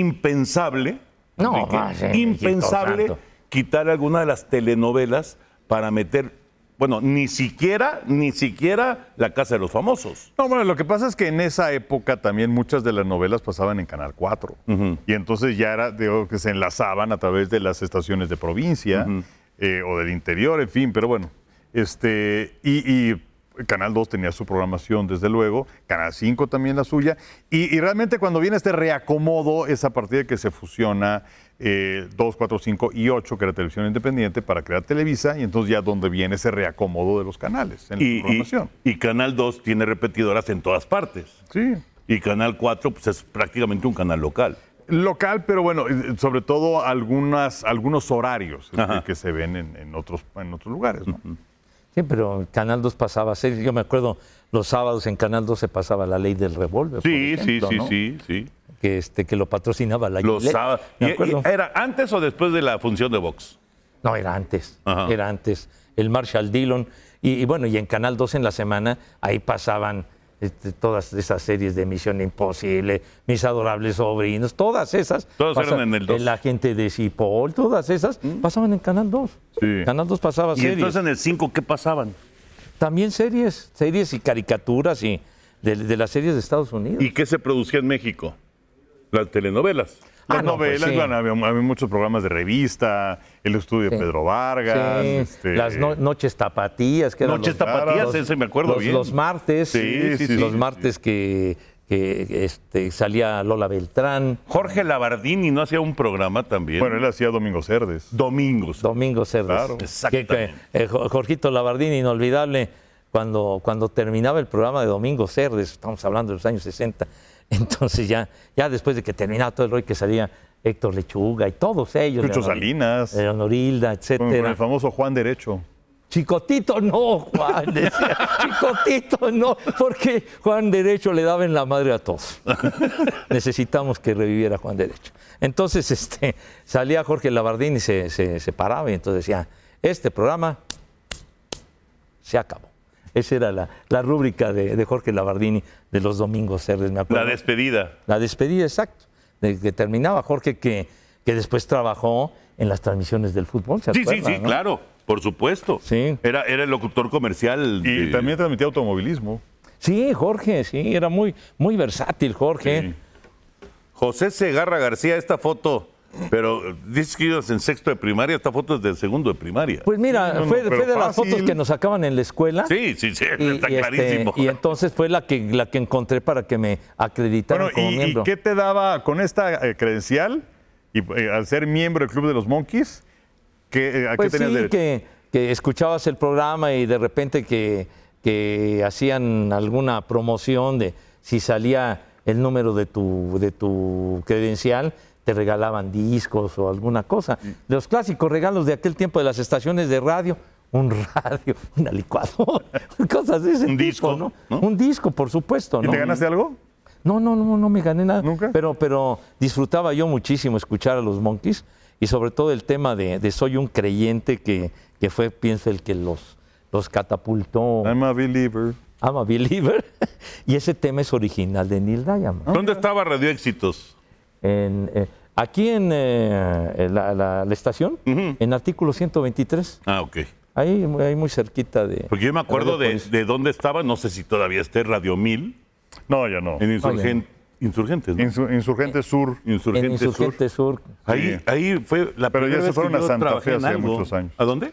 Speaker 2: impensable,
Speaker 4: No,
Speaker 2: Enrique,
Speaker 4: va, sí,
Speaker 2: impensable
Speaker 4: Diosito santo.
Speaker 2: quitar alguna de las telenovelas para meter, bueno, ni siquiera, ni siquiera la casa de los famosos.
Speaker 3: No, bueno, lo que pasa es que en esa época también muchas de las novelas pasaban en Canal 4. Y entonces ya era, digo, que se enlazaban a través de las estaciones de provincia eh, o del interior, en fin, pero bueno. Este, y, y Canal 2 tenía su programación, desde luego, Canal 5 también la suya. Y, y realmente cuando viene este reacomodo es a partir de que se fusiona eh, 2, 4, 5 y 8, que era televisión independiente, para crear Televisa, y entonces ya donde viene ese reacomodo de los canales en la
Speaker 2: Y, y-
Speaker 3: programación.
Speaker 2: y Canal 2 tiene repetidoras en todas partes.
Speaker 3: sí.
Speaker 2: Y Canal 4 pues, es prácticamente un canal local.
Speaker 3: Local, pero bueno, eh, sobre todo algunas, algunos horarios este,
Speaker 2: Ajá.
Speaker 3: que se ven en, en otros, en otros lugares. ¿no?
Speaker 4: Sí, pero Canal 2 pasaba series. Yo me acuerdo los sábados en Canal 2 se pasaba la ley del revólver. por
Speaker 2: Sí,
Speaker 4: ejemplo,
Speaker 2: sí, sí,
Speaker 4: ¿no?
Speaker 2: sí, sí.
Speaker 4: Que, este, que lo patrocinaba la
Speaker 2: Los
Speaker 4: Gillette,
Speaker 2: sábados.
Speaker 4: Me
Speaker 2: Y- eh. y-
Speaker 4: acuerdo.
Speaker 2: ¿Era antes o después de la función de box?
Speaker 4: No, era antes.
Speaker 2: Ajá.
Speaker 4: Era antes. El Marshall Dillon. Y, y bueno, y en Canal 2 en la semana, ahí pasaban este, todas esas series de Misión Imposible, Mis Adorables Sobrinos, todas esas.
Speaker 2: Todas eran
Speaker 4: pasaban-
Speaker 2: en el 2.
Speaker 4: La gente de Cipoll, todas esas pasaban en Canal 2.
Speaker 3: Sí.
Speaker 4: Canal 2 pasaba
Speaker 2: Y
Speaker 4: series.
Speaker 2: entonces en el 5, ¿qué pasaban?
Speaker 4: También series, series y caricaturas y de, de las series de Estados Unidos.
Speaker 2: ¿Y qué se producía en México? Las telenovelas.
Speaker 4: Ah,
Speaker 3: Las
Speaker 4: no, pues
Speaker 3: novelas,
Speaker 4: sí.
Speaker 3: bueno, había, había muchos programas de revista, el estudio de
Speaker 4: Sí.
Speaker 3: Pedro Vargas.
Speaker 4: Sí,
Speaker 3: este,
Speaker 4: Las no- noches tapatías. Que eran
Speaker 2: Noches
Speaker 4: los-
Speaker 2: tapatías,
Speaker 4: los-
Speaker 2: ese me acuerdo
Speaker 4: los,
Speaker 2: bien.
Speaker 4: Los martes.
Speaker 2: Sí, sí, sí,
Speaker 4: Los
Speaker 2: sí,
Speaker 4: martes que, que, este, salía Lola Beltrán,
Speaker 2: Jorge Labardini no hacía un programa también.
Speaker 3: Bueno, él hacía Domingo Cerdes.
Speaker 2: domingos.
Speaker 4: Domingo Cerdes.
Speaker 3: Claro.
Speaker 4: Que- que,
Speaker 2: Exactamente.
Speaker 4: eh, Jo- Jorgito Labardín, inolvidable, cuando, cuando terminaba el programa de Domingo Cerdes, estamos hablando de los años 60, <laughs> entonces ya, ya después de que terminaba todo el rollo que salía Héctor Lechuga y todos ellos.
Speaker 3: Chucho
Speaker 4: Leonor-
Speaker 3: Salinas.
Speaker 4: Leonorilda,
Speaker 3: Con, con
Speaker 4: etcétera.
Speaker 3: el famoso Juan Derecho.
Speaker 4: Chicotito no,
Speaker 2: <laughs>
Speaker 4: Juan, decía, Chicotito no, porque Juan Derecho le daba en la madre a todos.
Speaker 2: <laughs>
Speaker 4: Necesitamos que reviviera Juan Derecho. Entonces este, salía Jorge Labardín y se, se, se paraba y entonces decía, este programa se acabó. Esa era la, la rúbrica de, de Jorge Labardini de los domingos verdes, me acuerdo.
Speaker 2: La despedida.
Speaker 4: La despedida, exacto. De que terminaba Jorge, que, que después trabajó en las transmisiones del fútbol. ¿se
Speaker 2: Sí, sí,
Speaker 4: acuerdan,
Speaker 2: sí,
Speaker 4: no?
Speaker 2: claro, por supuesto.
Speaker 4: Sí.
Speaker 2: Era, era el locutor comercial.
Speaker 3: Y
Speaker 2: de-
Speaker 3: también transmitía automovilismo.
Speaker 4: Sí, Jorge, sí, era muy, muy versátil, Jorge.
Speaker 3: Sí.
Speaker 2: José Segarra García, esta foto, pero dices que ibas en sexto de primaria, esta foto es del segundo de primaria.
Speaker 4: Pues mira,
Speaker 3: No, no,
Speaker 4: fue,
Speaker 3: pero
Speaker 4: fue de las
Speaker 3: fácil.
Speaker 4: fotos que nos sacaban en la escuela.
Speaker 2: sí, sí, sí,
Speaker 4: Y,
Speaker 2: está
Speaker 4: y, este,
Speaker 2: clarísimo.
Speaker 4: y entonces fue la que, la que encontré para que me acreditaran
Speaker 3: Bueno,
Speaker 4: como
Speaker 3: y, y
Speaker 4: miembro.
Speaker 3: qué te daba con esta eh, credencial? Y eh, al ser miembro del Club de los Monkeys, ¿qué, eh, ¿a
Speaker 4: Pues
Speaker 3: qué tenías
Speaker 4: sí,
Speaker 3: derecho?
Speaker 4: que, que escuchabas el programa y de repente que, que hacían alguna promoción de si salía el número de tu, de tu credencial, te regalaban discos o alguna cosa.
Speaker 3: Mm.
Speaker 4: Los clásicos regalos de aquel tiempo de las estaciones de radio, un radio, <laughs> una licuadora, <laughs> cosas de ese
Speaker 2: Un
Speaker 4: tipo,
Speaker 2: disco,
Speaker 4: ¿no?
Speaker 2: ¿no?
Speaker 4: Un disco, por supuesto.
Speaker 3: ¿Y
Speaker 4: ¿no?
Speaker 3: te ganaste algo?
Speaker 4: No, no, no, no me gané nada.
Speaker 3: ¿Nunca?
Speaker 4: Pero, pero disfrutaba yo muchísimo escuchar a los Monkeys y sobre todo el tema de, de soy un creyente que, que fue, pienso, el que los, los catapultó.
Speaker 3: I'm a believer.
Speaker 4: I'm a believer. <laughs> y ese tema es original de Neil Diamond.
Speaker 2: ¿Dónde estaba Radio Éxitos?
Speaker 4: En, eh, aquí en eh, en la, la- la estación, en artículo 123,
Speaker 2: Ah, ok.
Speaker 4: ahí, ahí muy cerquita de...
Speaker 2: Porque yo me acuerdo de,
Speaker 4: Radiopolis.
Speaker 2: de dónde estaba, no sé si todavía esté Radio 1000,
Speaker 3: No, ya no.
Speaker 2: en Insurgen- Insurgentes, ¿no?
Speaker 3: Insu- Insurgente Sur.
Speaker 2: Insurgentes
Speaker 4: Eh, en Insurgente Sur.
Speaker 2: Sur. Ahí,
Speaker 3: Sí.
Speaker 2: ahí fue la
Speaker 3: Pero ya
Speaker 2: primera
Speaker 3: se
Speaker 2: vez que
Speaker 3: fueron a
Speaker 2: yo
Speaker 3: Santa
Speaker 2: trabajé
Speaker 3: Fe
Speaker 2: en
Speaker 3: hace
Speaker 2: algo.
Speaker 3: muchos años.
Speaker 2: ¿A dónde?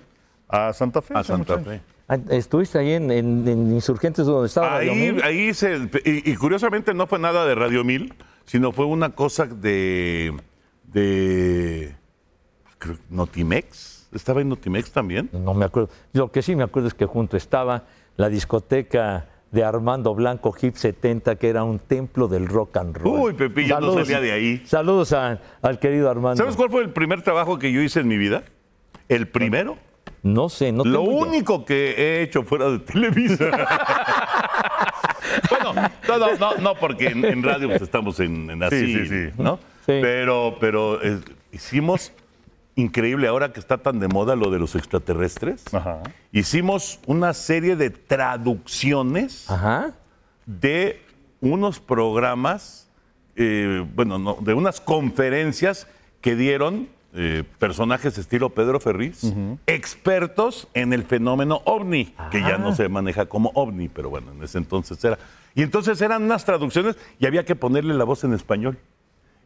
Speaker 3: A Santa Fe.
Speaker 2: A
Speaker 3: hace muchos
Speaker 2: Santa
Speaker 3: años.
Speaker 2: Fe.
Speaker 4: Ah, Estuviste ahí en, en- en Insurgentes donde estaba Radio
Speaker 2: Ahí,
Speaker 4: Mil.
Speaker 2: ahí se. Y, y curiosamente no fue nada de Radio 1000, sino fue una cosa de. de. creo que Notimex. Estaba en Notimex también.
Speaker 4: No me acuerdo. Lo que sí me acuerdo es que junto estaba la discoteca de Armando Blanco Hip 70, que era un templo del rock and roll.
Speaker 2: Uy, Pepillo, no salía de ahí.
Speaker 4: Saludos a- al querido Armando.
Speaker 2: ¿Sabes cuál fue el primer trabajo que yo hice en mi vida? El primero.
Speaker 4: No sé, no
Speaker 2: Lo
Speaker 4: tengo idea.
Speaker 2: único que he hecho fuera de Televisa. <laughs> bueno, no, no, no, no, porque en, en radio pues, estamos en, en así,
Speaker 3: Sí, sí, sí.
Speaker 2: ¿no?
Speaker 4: Sí.
Speaker 2: Pero, pero eh, hicimos, increíble ahora que está tan de moda lo de los extraterrestres,
Speaker 3: Ajá.
Speaker 2: hicimos una serie de traducciones
Speaker 4: Ajá.
Speaker 2: de unos programas, eh, bueno, no, de unas conferencias que dieron eh, personajes estilo Pedro Ferriz, expertos en el fenómeno ovni, que ya
Speaker 4: Ah.
Speaker 2: no se maneja como ovni, pero bueno, en ese entonces era. Y entonces eran unas traducciones y había que ponerle la voz en español.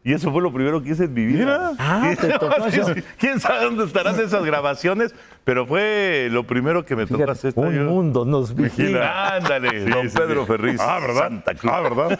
Speaker 2: Y eso fue lo primero que hice en mi vida.
Speaker 4: Ah,
Speaker 2: Y- <laughs>
Speaker 4: te tocó eso.
Speaker 2: ¿Quién sabe dónde estarán esas grabaciones? Pero fue lo primero que me tocó
Speaker 4: Fíjate,
Speaker 2: hacer.
Speaker 4: un
Speaker 2: Yo-
Speaker 4: mundo nos vigila.
Speaker 2: Vigila. Ándale,
Speaker 4: Eh,
Speaker 3: Sí,
Speaker 2: don
Speaker 3: sí,
Speaker 2: Pedro
Speaker 3: sí.
Speaker 2: Ferriz.
Speaker 3: Ah, ¿verdad?
Speaker 2: Santa Cruz.
Speaker 3: Ah, ¿verdad?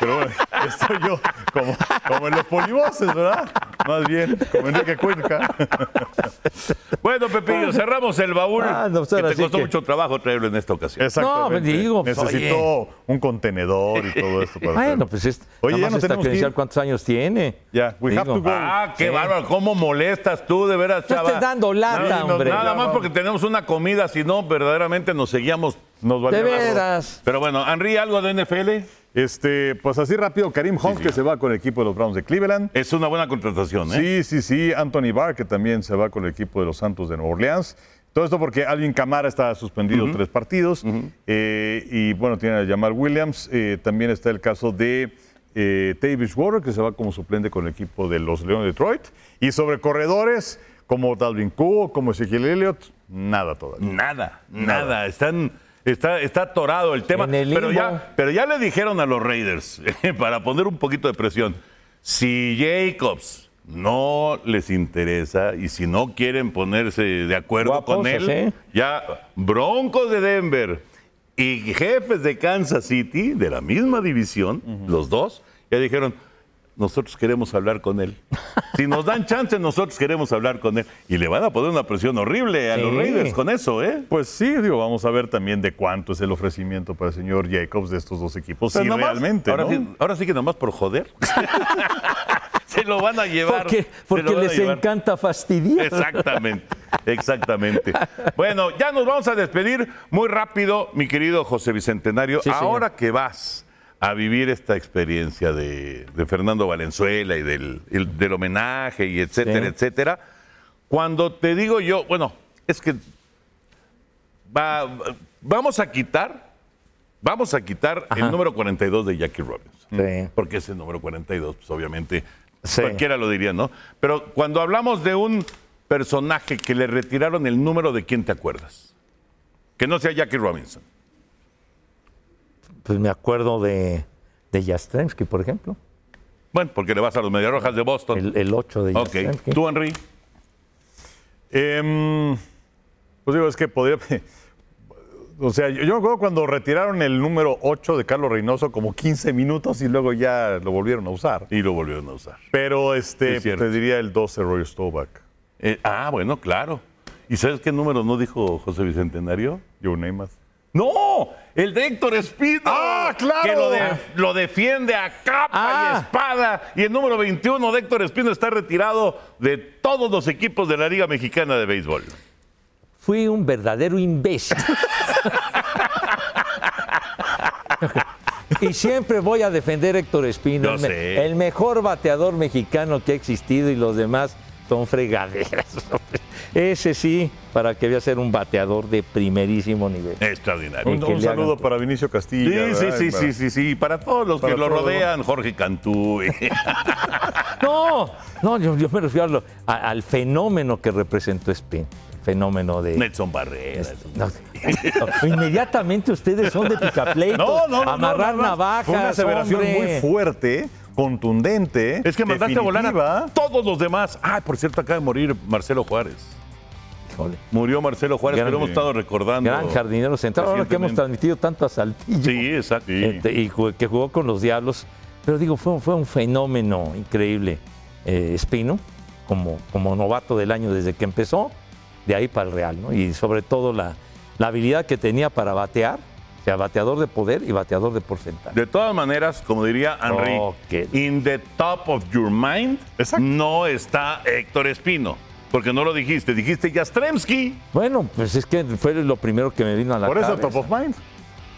Speaker 3: Pero
Speaker 4: <laughs>
Speaker 3: bueno, estoy yo como, como en los polivoces, ¿verdad? Más bien, como Enrique
Speaker 4: <laughs>
Speaker 3: Cuenca.
Speaker 4: pues
Speaker 2: Bueno, Pepillo, cerramos el baúl.
Speaker 4: Ah, no, pues
Speaker 2: que
Speaker 4: ahora
Speaker 2: te
Speaker 4: sí
Speaker 2: costó
Speaker 4: que-
Speaker 2: mucho trabajo traerlo en esta ocasión.
Speaker 3: Exactamente.
Speaker 4: pues digo, pues,
Speaker 3: Necesitó un contenedor y todo esto para
Speaker 4: Bueno,
Speaker 3: hacerlo.
Speaker 4: pues es,
Speaker 3: Oye, ya
Speaker 4: nada más
Speaker 3: no
Speaker 4: esta
Speaker 3: tenemos que
Speaker 4: credencial
Speaker 3: ir.
Speaker 4: cuántos años tiene.
Speaker 3: Ya, we have
Speaker 4: Digo,
Speaker 3: to go.
Speaker 2: Ah, qué bárbaro, cómo molestas tú, de veras,
Speaker 4: No
Speaker 2: chava.
Speaker 4: estés dando lata,
Speaker 2: Nada-
Speaker 4: hombre.
Speaker 2: Nada más porque tenemos una comida, si no, verdaderamente nos seguíamos.
Speaker 3: Nos valía
Speaker 4: De
Speaker 3: gorro.
Speaker 4: veras.
Speaker 2: Pero bueno, Henry, algo de NFL
Speaker 3: Este, pues así rápido, Karim Hunt, que se va con el equipo de los Browns de Cleveland.
Speaker 2: es una buena contratación, ¿eh?
Speaker 3: Sí, sí, sí. Anthony Barr, que también se va con el equipo de los Santos de Nueva Orleans. Todo esto porque Alvin Camara está suspendido tres partidos. Eh, y bueno, tiene a Jamal Williams. Eh, también está el caso de eh, Davis Warren, que se va como suplente con el equipo de los Leones de Detroit. Y sobre corredores, como Dalvin Cook, como Ezequiel Elliott, nada todavía.
Speaker 2: Nada, nada, Están, está, está atorado el tema.
Speaker 4: En el
Speaker 2: pero,
Speaker 4: limbo.
Speaker 2: ya, pero ya le dijeron a los Raiders, <laughs> para poner un poquito de presión, si Jacobs no les interesa y si no quieren ponerse de acuerdo
Speaker 4: Guapos,
Speaker 2: con él,
Speaker 4: ¿eh?
Speaker 2: ya Broncos de Denver y jefes de Kansas City, de la misma división, los dos, ya dijeron, nosotros queremos hablar con él. Si nos dan chance, nosotros queremos hablar con él. Y le van a poner una presión horrible a los
Speaker 4: Sí.
Speaker 2: Raiders con eso, ¿eh?
Speaker 3: Pues sí, digo, vamos a ver también de cuánto es el ofrecimiento para el señor Jacobs de estos dos equipos.
Speaker 2: Pero
Speaker 3: Pues sí,
Speaker 2: nomás,
Speaker 3: realmente.
Speaker 2: Ahora,
Speaker 3: ¿no?
Speaker 2: sí, ahora sí que nomás por joder. se lo van a llevar.
Speaker 4: Porque,
Speaker 2: se lo
Speaker 4: porque
Speaker 2: van a
Speaker 4: les
Speaker 2: llevar.
Speaker 4: encanta fastidiar.
Speaker 2: Exactamente. Exactamente. Bueno, ya nos vamos a despedir muy rápido, mi querido José Bicentenario.
Speaker 4: Sí, señor.
Speaker 2: Ahora que vas a vivir esta experiencia de, de Fernando Valenzuela y del, el- del homenaje y etcétera,
Speaker 4: Sí.
Speaker 2: etcétera, cuando te digo yo, bueno, es que va- vamos a quitar, vamos a quitar
Speaker 4: Ajá.
Speaker 2: el número 42 de Jackie Robinson.
Speaker 4: Sí.
Speaker 2: Porque es el número 42, pues obviamente
Speaker 4: Sí.
Speaker 2: cualquiera lo diría, ¿no? Pero cuando hablamos de un personaje que le retiraron el número, ¿de quién te acuerdas? Que no sea Jackie Robinson.
Speaker 4: Pues me acuerdo de, de Jastremski, por ejemplo.
Speaker 2: Bueno, porque le vas a los Mediarrojas de Boston.
Speaker 4: El, el 8 de
Speaker 2: ok.
Speaker 4: Jastremski.
Speaker 2: Tú, Henry.
Speaker 3: Em, pues digo, es que podría. <laughs> O sea, yo, yo me acuerdo cuando retiraron el número 8 de Carlos Reynoso como 15 minutos y luego ya lo volvieron a usar.
Speaker 2: Y lo volvieron a usar.
Speaker 3: Pero este,
Speaker 2: Es cierto.
Speaker 3: te diría el 12 Roy Staubach.
Speaker 2: Eh, ah, bueno, claro. ¿Y sabes qué número no dijo José Bicentenario?
Speaker 3: Joe Namath.
Speaker 2: ¡No! ¡El de Héctor Espino!
Speaker 3: ¡Ah, claro!
Speaker 2: Que lo, de- lo defiende a capa
Speaker 4: Ah.
Speaker 2: y espada. Y el número 21 de Héctor Espino está retirado de todos los equipos de la Liga Mexicana de Béisbol.
Speaker 4: Fui un verdadero imbécil. y siempre voy a defender a Héctor Espino,
Speaker 2: Yo
Speaker 4: el, me-
Speaker 2: sé.
Speaker 4: el mejor bateador mexicano que ha existido y los demás son fregaderas. Ese sí, para que voy a ser un bateador de primerísimo nivel.
Speaker 3: Eh.
Speaker 2: Extraordinario.
Speaker 4: Un-
Speaker 3: Un,
Speaker 4: que le
Speaker 3: saludo
Speaker 4: hagan-
Speaker 3: para Vinicio
Speaker 2: Sí,
Speaker 3: Castillo.
Speaker 2: sí, sí, sí, sí, sí. Y Para todos los
Speaker 3: Para
Speaker 2: que lo
Speaker 3: todos.
Speaker 2: rodean, Jorge Cantú. <laughs> eh,
Speaker 4: No, no, yo, yo me refiero a lo- a- al fenómeno que representó Espino. Fenómeno de,
Speaker 2: Nelson Barrera.
Speaker 4: No, no, inmediatamente ustedes son de picapleitos,
Speaker 3: No, no, no. no,
Speaker 4: amarrar
Speaker 3: no, no.
Speaker 4: navajas,
Speaker 3: Fue una aseveración muy
Speaker 4: hombre.
Speaker 3: fuerte, contundente.
Speaker 2: Es que mandaste a volar
Speaker 3: definitiva.
Speaker 2: a todos los demás. Ah, por cierto, acaba de morir Marcelo Juárez.
Speaker 4: Híjole,
Speaker 2: Murió Marcelo Juárez,
Speaker 4: Gran-
Speaker 2: que lo hemos estado recordando.
Speaker 4: Gran jardinero central, ahora que hemos
Speaker 2: recientemente.
Speaker 4: transmitido tanto a Saltillo
Speaker 2: Sí, exacto.
Speaker 4: este, y ju- que jugó con los Diablos. Pero digo, fue, un- fue un fenómeno increíble eh, Espino, como, como novato del año desde que empezó, de ahí para el Real, ¿no? Y sobre todo la, la habilidad que tenía para batear, o sea, bateador de poder y bateador de porcentaje.
Speaker 2: De todas maneras, como diría Henry,
Speaker 4: Oh, qué-
Speaker 2: in the top of your mind
Speaker 3: Exacto.
Speaker 2: no está Héctor Espino. Porque no lo dijiste, dijiste Yastremski.
Speaker 4: Bueno, pues es que fue lo primero que me vino a la
Speaker 3: Por eso,
Speaker 4: cabeza.
Speaker 3: top of mind.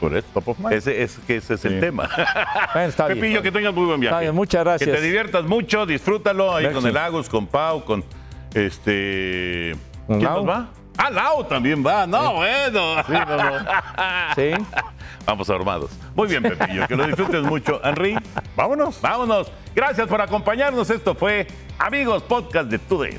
Speaker 2: Por eso.
Speaker 3: Top of mind.
Speaker 2: Ese es, que ese es el
Speaker 3: Sí.
Speaker 2: tema.
Speaker 4: Bueno, está bien.
Speaker 2: Pepillo, que tengas muy buen viaje.
Speaker 4: Está bien, muchas gracias.
Speaker 2: Que te diviertas mucho, disfrútalo ahí
Speaker 4: Gracias.
Speaker 2: con el Agus, con Pau, con este.
Speaker 4: ¿Con
Speaker 2: ¿Quién
Speaker 4: Lau?
Speaker 2: más va? Ah, Lau también va. No, bueno.
Speaker 4: Sí.
Speaker 2: Vamos armados. Muy bien, Pepillo, que lo disfrutes mucho. Henry,
Speaker 3: Vámonos.
Speaker 2: vámonos. Gracias por acompañarnos. Esto fue Amigos Podcast de TUDN.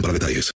Speaker 1: para detalles.